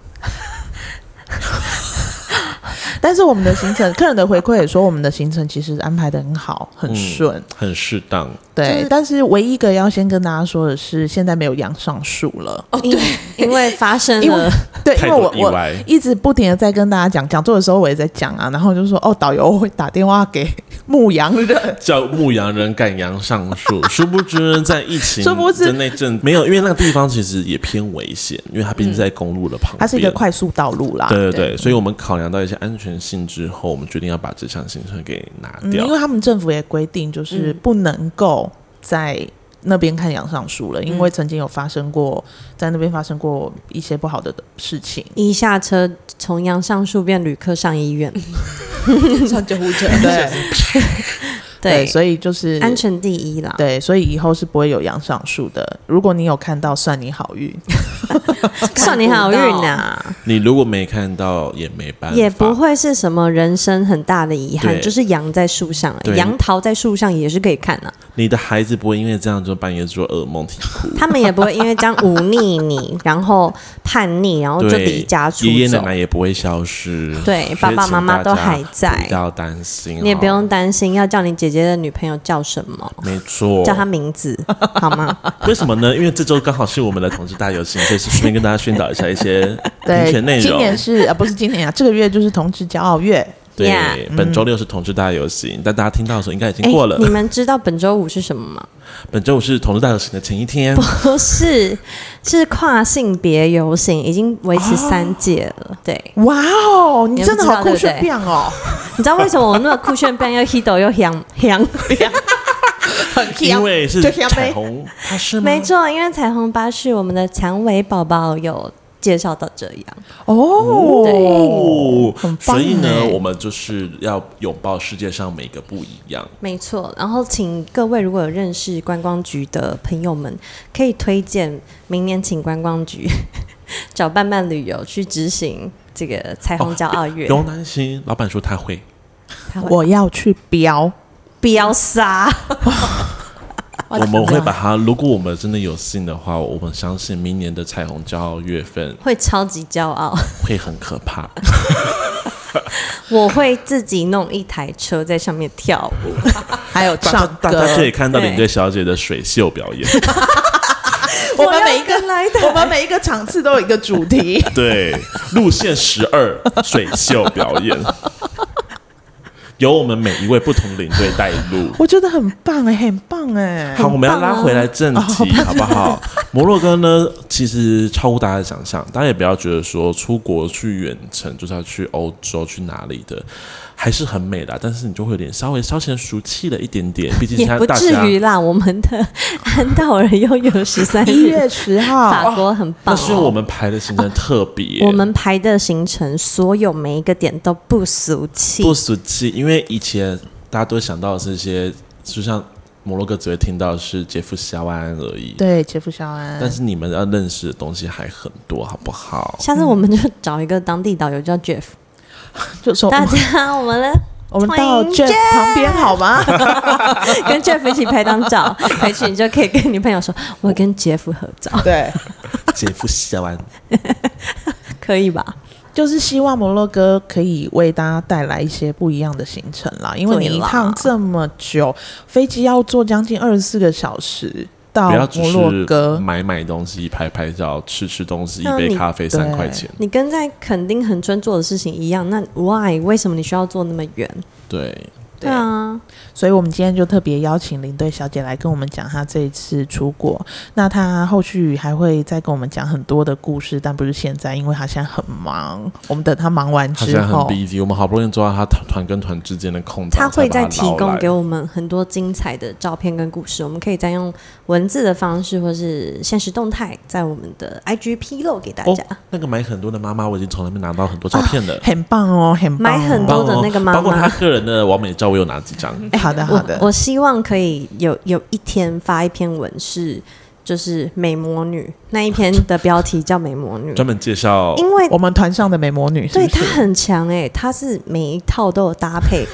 Speaker 1: 但是我们的行程，客人的回馈也说我们的行程其实安排的很好，很
Speaker 3: 嗯
Speaker 1: 顺。
Speaker 3: 很适当。
Speaker 1: 对，
Speaker 2: 就是
Speaker 1: 但是唯一一个要先跟大家说的是，现在没有养上树了。
Speaker 4: 哦
Speaker 2: 因
Speaker 4: 对，
Speaker 2: 因为发生
Speaker 1: 因为
Speaker 2: 了，
Speaker 1: 对，因
Speaker 3: 太
Speaker 1: 为
Speaker 3: 多
Speaker 1: 我
Speaker 3: 意
Speaker 1: 我
Speaker 3: 外
Speaker 1: 一直不停的在跟大家讲，讲座的时候我也在讲啊，然后就说哦，导游会打电话给牧羊人，
Speaker 3: 叫牧羊人赶羊上 树，殊不知在疫情
Speaker 1: 殊不知
Speaker 3: 的那阵没有，因为那个地方其实也偏危险，因为它毕竟在公路的旁边，
Speaker 1: 它是一个快啊速道路啦。
Speaker 3: 对对对，所以我们考量到一些安全性之后，我们决定要把这项行程给拿
Speaker 1: 嗯，
Speaker 3: 掉
Speaker 1: 因。为他们政府也规定，就是不能够在那边看养上树了，因为曾经有发生过在那边发生过一些不好的事情。
Speaker 2: 一下车从阳上树变旅客上医院，
Speaker 4: 上救护 车。
Speaker 1: 对
Speaker 2: 对，
Speaker 1: 所以就是
Speaker 2: 嗯安。全第一啦。
Speaker 1: 对，所以以后是不会有养上树的。如果你有看到，算你好运。
Speaker 2: 算你好运呐、
Speaker 3: 你如果没看到也没办法，
Speaker 2: 也不会是什么人生很大的遗憾，
Speaker 3: 对
Speaker 2: 就是羊在树上、
Speaker 3: 对
Speaker 2: 杨桃在树上也是可以看啊，
Speaker 3: 你的孩子不会因为这样就半夜做噩梦啼哭。
Speaker 2: 他们也不会因为这样忤逆你，然后叛逆，然后哦就离家出走。
Speaker 3: 爷爷奶奶也不会消失，
Speaker 2: 对
Speaker 3: 所以
Speaker 2: 爸爸
Speaker 3: 请
Speaker 2: 妈妈
Speaker 3: 大
Speaker 2: 都
Speaker 3: 家
Speaker 2: 还在
Speaker 3: 不要担心，
Speaker 2: 你也不
Speaker 3: 哦
Speaker 2: 用，担心要叫你姐姐的女朋友叫什么，
Speaker 3: 没错，
Speaker 2: 叫她名字好吗？
Speaker 3: 为什么呢？因为这周刚好是我们的同志大游行，所以是顺便跟大家宣导一下一 些平
Speaker 1: 对
Speaker 3: 权内，容。
Speaker 1: 今年是啊，不是今年啊， 这个月就是同志骄傲月。
Speaker 3: 对
Speaker 2: Yeah
Speaker 3: 本周六是同志大游行，但大家听到的时候应该已经
Speaker 2: 哎
Speaker 3: 过了。
Speaker 2: 你们知道本周五是什么吗？
Speaker 3: 本周五是同志大游行的前一天，
Speaker 2: 不是，是跨性别游行，已经维持三届了。对，
Speaker 1: 哇哦，你
Speaker 2: 你们
Speaker 1: 真的
Speaker 2: 不知
Speaker 1: 好
Speaker 2: 道
Speaker 1: 酷
Speaker 2: 对不
Speaker 1: 炫
Speaker 2: 对
Speaker 1: 变 哦，
Speaker 2: 你知道为什么我那么酷炫变又 hido 又 yang yang？
Speaker 1: 很
Speaker 3: 因为是
Speaker 1: 就香
Speaker 3: 彩
Speaker 1: 呗。
Speaker 3: 虹，哦它是吗
Speaker 2: 没错，因为彩虹巴士我们的蔷薇宝宝有介绍到这样。
Speaker 1: 哦，
Speaker 3: 哦
Speaker 1: 很棒
Speaker 3: 所以呢，
Speaker 1: 哎
Speaker 3: 我们就是要拥抱世界上每个不一样。
Speaker 2: 没错，然后请各位如果有认识观光局的朋友们，可以推荐明年请观光局 找伴伴旅游去执行这个彩虹骄傲
Speaker 1: 哦
Speaker 2: 月，
Speaker 3: 哦不用担心，老板说他会。
Speaker 2: 他会
Speaker 1: 我要去标，
Speaker 2: 飙杀，
Speaker 3: 我们会把它，如果我们真的有幸的话，我们相信明年的彩虹骄傲月份
Speaker 2: 会超级骄傲。
Speaker 3: 会很可怕。
Speaker 2: 我会自己弄一台车在上面跳舞，
Speaker 1: 还有
Speaker 3: 大家
Speaker 1: 唱
Speaker 3: 大家可 以
Speaker 1: 歌。
Speaker 3: 看到
Speaker 2: 对
Speaker 3: 领队小姐的水袖表演，
Speaker 1: 哦我们每一
Speaker 2: 我要跟
Speaker 1: 个
Speaker 2: 来的
Speaker 1: 我们每一个场次都有一个主题，
Speaker 3: 对，路线十二水袖表演，由我们每一位不同领队带路。
Speaker 1: 我觉得很棒哎，很棒哎。
Speaker 3: 好，我们要
Speaker 2: 棒啊
Speaker 3: 拉回来正题，
Speaker 2: 啊
Speaker 3: 好不好？摩洛哥呢，其实超乎大家的想象，大家也不要觉得说出国去远程就是要去欧洲去哪里的，还是很美的啊，但是你就会有点稍微稍显俗气了一 点点，毕竟
Speaker 2: 也
Speaker 3: 现在
Speaker 2: 不
Speaker 3: 大
Speaker 2: 至
Speaker 3: 家
Speaker 2: 于啦。我们的安道尔又有十 三
Speaker 1: 一月十 号，
Speaker 2: 法国很棒、
Speaker 3: 那
Speaker 2: 哦，
Speaker 3: 是我们排的行程特别，
Speaker 2: 我们排的行程，所有每一个点都不俗气，
Speaker 3: 不俗气，因为以前大家都想到的是一些，就像摩洛哥只会听到的是杰夫夏万安而已，
Speaker 1: 对，杰夫肖安
Speaker 3: 但。是你们要认识的东西还很多，好不 好？
Speaker 2: 下次我们就找一个当地导游叫 Jeff，、
Speaker 1: 就说
Speaker 2: 大家我们来
Speaker 1: 我们到
Speaker 2: 欢迎
Speaker 1: Jeff 旁边好吗？
Speaker 2: 跟 Jeff 一起拍张照，回去你就可以跟女朋友说，我跟杰夫合照，
Speaker 1: 对，
Speaker 3: 杰夫夏万安。
Speaker 2: 可以吧？
Speaker 1: 就是希望摩洛哥可以为大家带来一些不一样的行程啦，因为
Speaker 2: 对
Speaker 1: 你一
Speaker 2: 啦
Speaker 1: 趟这么久，飞机要坐将近二十四个小时到
Speaker 2: 哦
Speaker 3: 不要只
Speaker 1: 摩洛
Speaker 3: 是嗯
Speaker 1: 哥，
Speaker 3: 买买东西、拍拍照、吃吃东西，一
Speaker 2: 那
Speaker 3: 杯
Speaker 2: 你
Speaker 3: 咖啡
Speaker 1: 对
Speaker 3: 三块钱。
Speaker 2: 你跟在垦丁恒春做的事情一样，那 why 为什么你需要坐那么远？
Speaker 3: 对，
Speaker 2: 对啊，
Speaker 1: 所以我们今天就特别邀请林队小姐来跟我们讲她这一次出国。那她后续还会再跟我们讲很多的故事，但不是现在，因为她现在很忙。我们等她忙完
Speaker 3: 他现
Speaker 1: 之
Speaker 3: 在很
Speaker 1: 后，
Speaker 3: busy，我们好不容易做到他团团跟团之间的空档，
Speaker 2: 他会
Speaker 3: 才
Speaker 2: 再
Speaker 3: 把
Speaker 2: 提
Speaker 3: 他捞
Speaker 2: 供
Speaker 3: 来
Speaker 2: 给我们很多精彩的照片跟故事，我们可以再用文字的方式或是现实动态，在我们的 IG 披露给大
Speaker 3: 哦
Speaker 2: 家。，
Speaker 3: 那个买很多的妈妈，我已经从那边拿到很多照片了。
Speaker 2: 啊
Speaker 1: 很棒哦，很棒、哦，
Speaker 2: 买很
Speaker 3: 包
Speaker 2: 多的那个妈妈
Speaker 3: 包括他个人的完美照，我有哪几张？
Speaker 1: 哎好的，好的，
Speaker 2: 我我希望可以有有一天发一篇文是，就是美魔女那一篇的标题叫美魔女，
Speaker 3: 专门介绍
Speaker 2: 因为
Speaker 1: 我们团上的美魔女是
Speaker 2: 对
Speaker 1: 不是
Speaker 2: 她很强哎、她是每一套都有搭配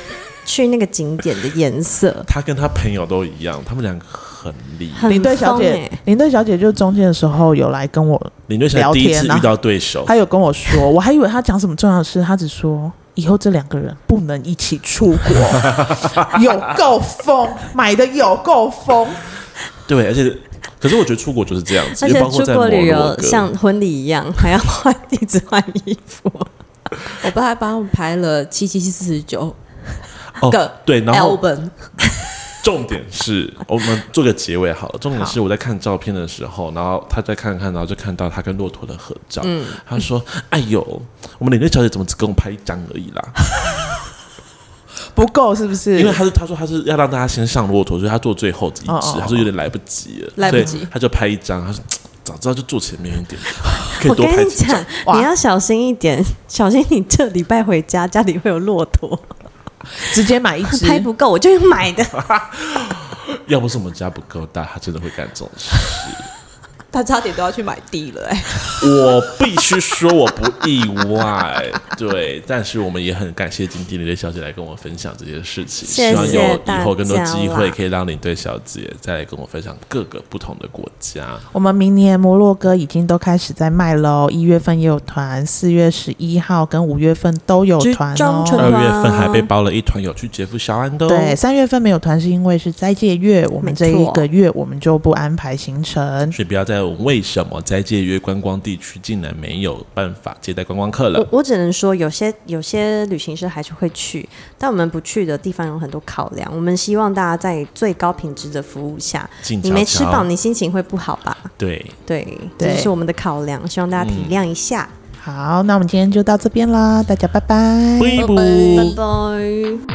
Speaker 2: 去那个景点的颜色，
Speaker 3: 他跟他朋友都一样，他们两个很厉害。
Speaker 2: 很
Speaker 1: 林队小
Speaker 2: 疯哦哎、
Speaker 1: 姐，林队小姐就中间的时候有来跟我，
Speaker 3: 领队想
Speaker 1: 聊
Speaker 3: 第一
Speaker 1: 天
Speaker 3: 次
Speaker 1: 啊
Speaker 3: 遇到对手，
Speaker 1: 她有跟我 说，我还以为她讲什么重要的事，她只说以后这两个人不能一起出国， 有够疯，买的有够疯，
Speaker 3: 对，而且可是我觉得出国就是这样子，
Speaker 2: 而
Speaker 3: 因为
Speaker 2: 且
Speaker 3: 包括
Speaker 2: 出
Speaker 3: 在
Speaker 2: 国
Speaker 3: 摩
Speaker 2: 旅
Speaker 3: 洛
Speaker 2: 游
Speaker 3: 哥，哦
Speaker 2: 像婚礼一样，还要换一直换衣服，
Speaker 4: 我爸还帮我们排了七七四十九，个
Speaker 3: 对，然后
Speaker 4: album
Speaker 3: 重点是，我们做个结尾好了。重点是我在看照片的时候，然后他在看看，然后就看到他跟骆驼的合照。他说：“哎呦，我们领队小姐怎么只给我们拍一张而已啦？
Speaker 1: 不够是不是？
Speaker 3: 因为他是他说他是要让大家先上骆驼，所以他做最后一只。
Speaker 1: 哦哦哦
Speaker 3: 他说有点来不及了，
Speaker 4: 来不及
Speaker 3: 所以他就拍一张。他说嘖早知道就坐前面一点，可以
Speaker 2: 我
Speaker 3: 多
Speaker 2: 跟
Speaker 3: 拍
Speaker 2: 你
Speaker 3: 几张
Speaker 2: 讲。，
Speaker 1: 哇
Speaker 2: 你要小心一点，小心你这礼拜回家，家里会有骆驼，
Speaker 1: 直接买一只，
Speaker 2: 拍不够我就用买的。
Speaker 3: 要不是我们家不够大，他真的会干这种事。
Speaker 4: 他差点都要去买地了、哎，
Speaker 3: 我必须说我不意外，对，但是我们也很感谢今天领队小姐来跟我分享这些事情，
Speaker 2: 谢谢
Speaker 3: 希望有
Speaker 2: 大家
Speaker 3: 以后更多机会
Speaker 2: 啦
Speaker 3: 可以让领队小姐再来跟我分享各个不同的国家。
Speaker 2: 啊
Speaker 1: 我们明年摩洛哥已经都开始在卖喽，一月份也有团，四月十一号跟五月份都有团
Speaker 2: 中
Speaker 1: 哦
Speaker 2: 中。
Speaker 3: 二
Speaker 2: 春
Speaker 3: 月份还被包了一团有去杰夫小安的、哦，
Speaker 1: 对，，三月份没有团是因为是斋戒月，我们
Speaker 2: 没
Speaker 1: 这一
Speaker 2: 错
Speaker 1: 个月我们就不安排行程。
Speaker 3: 所以不要再问为什么斋戒约观光地区竟然没有办法接待观光客了
Speaker 2: 我。我只能说，有些有些旅行社还是会去，但我们不去的地方有很多考量。我们希望大家在最高品质的服务下，
Speaker 3: 静悄
Speaker 2: 你没吃
Speaker 3: 悄
Speaker 2: 饱，你心情会不好吧？
Speaker 3: 对，
Speaker 2: 对，这
Speaker 1: 对
Speaker 2: 就是我们的考量，希望大家体谅一下。
Speaker 1: 好，那我们今天就到这边啦，大家拜拜。
Speaker 3: 不
Speaker 4: 拜
Speaker 2: 拜拜。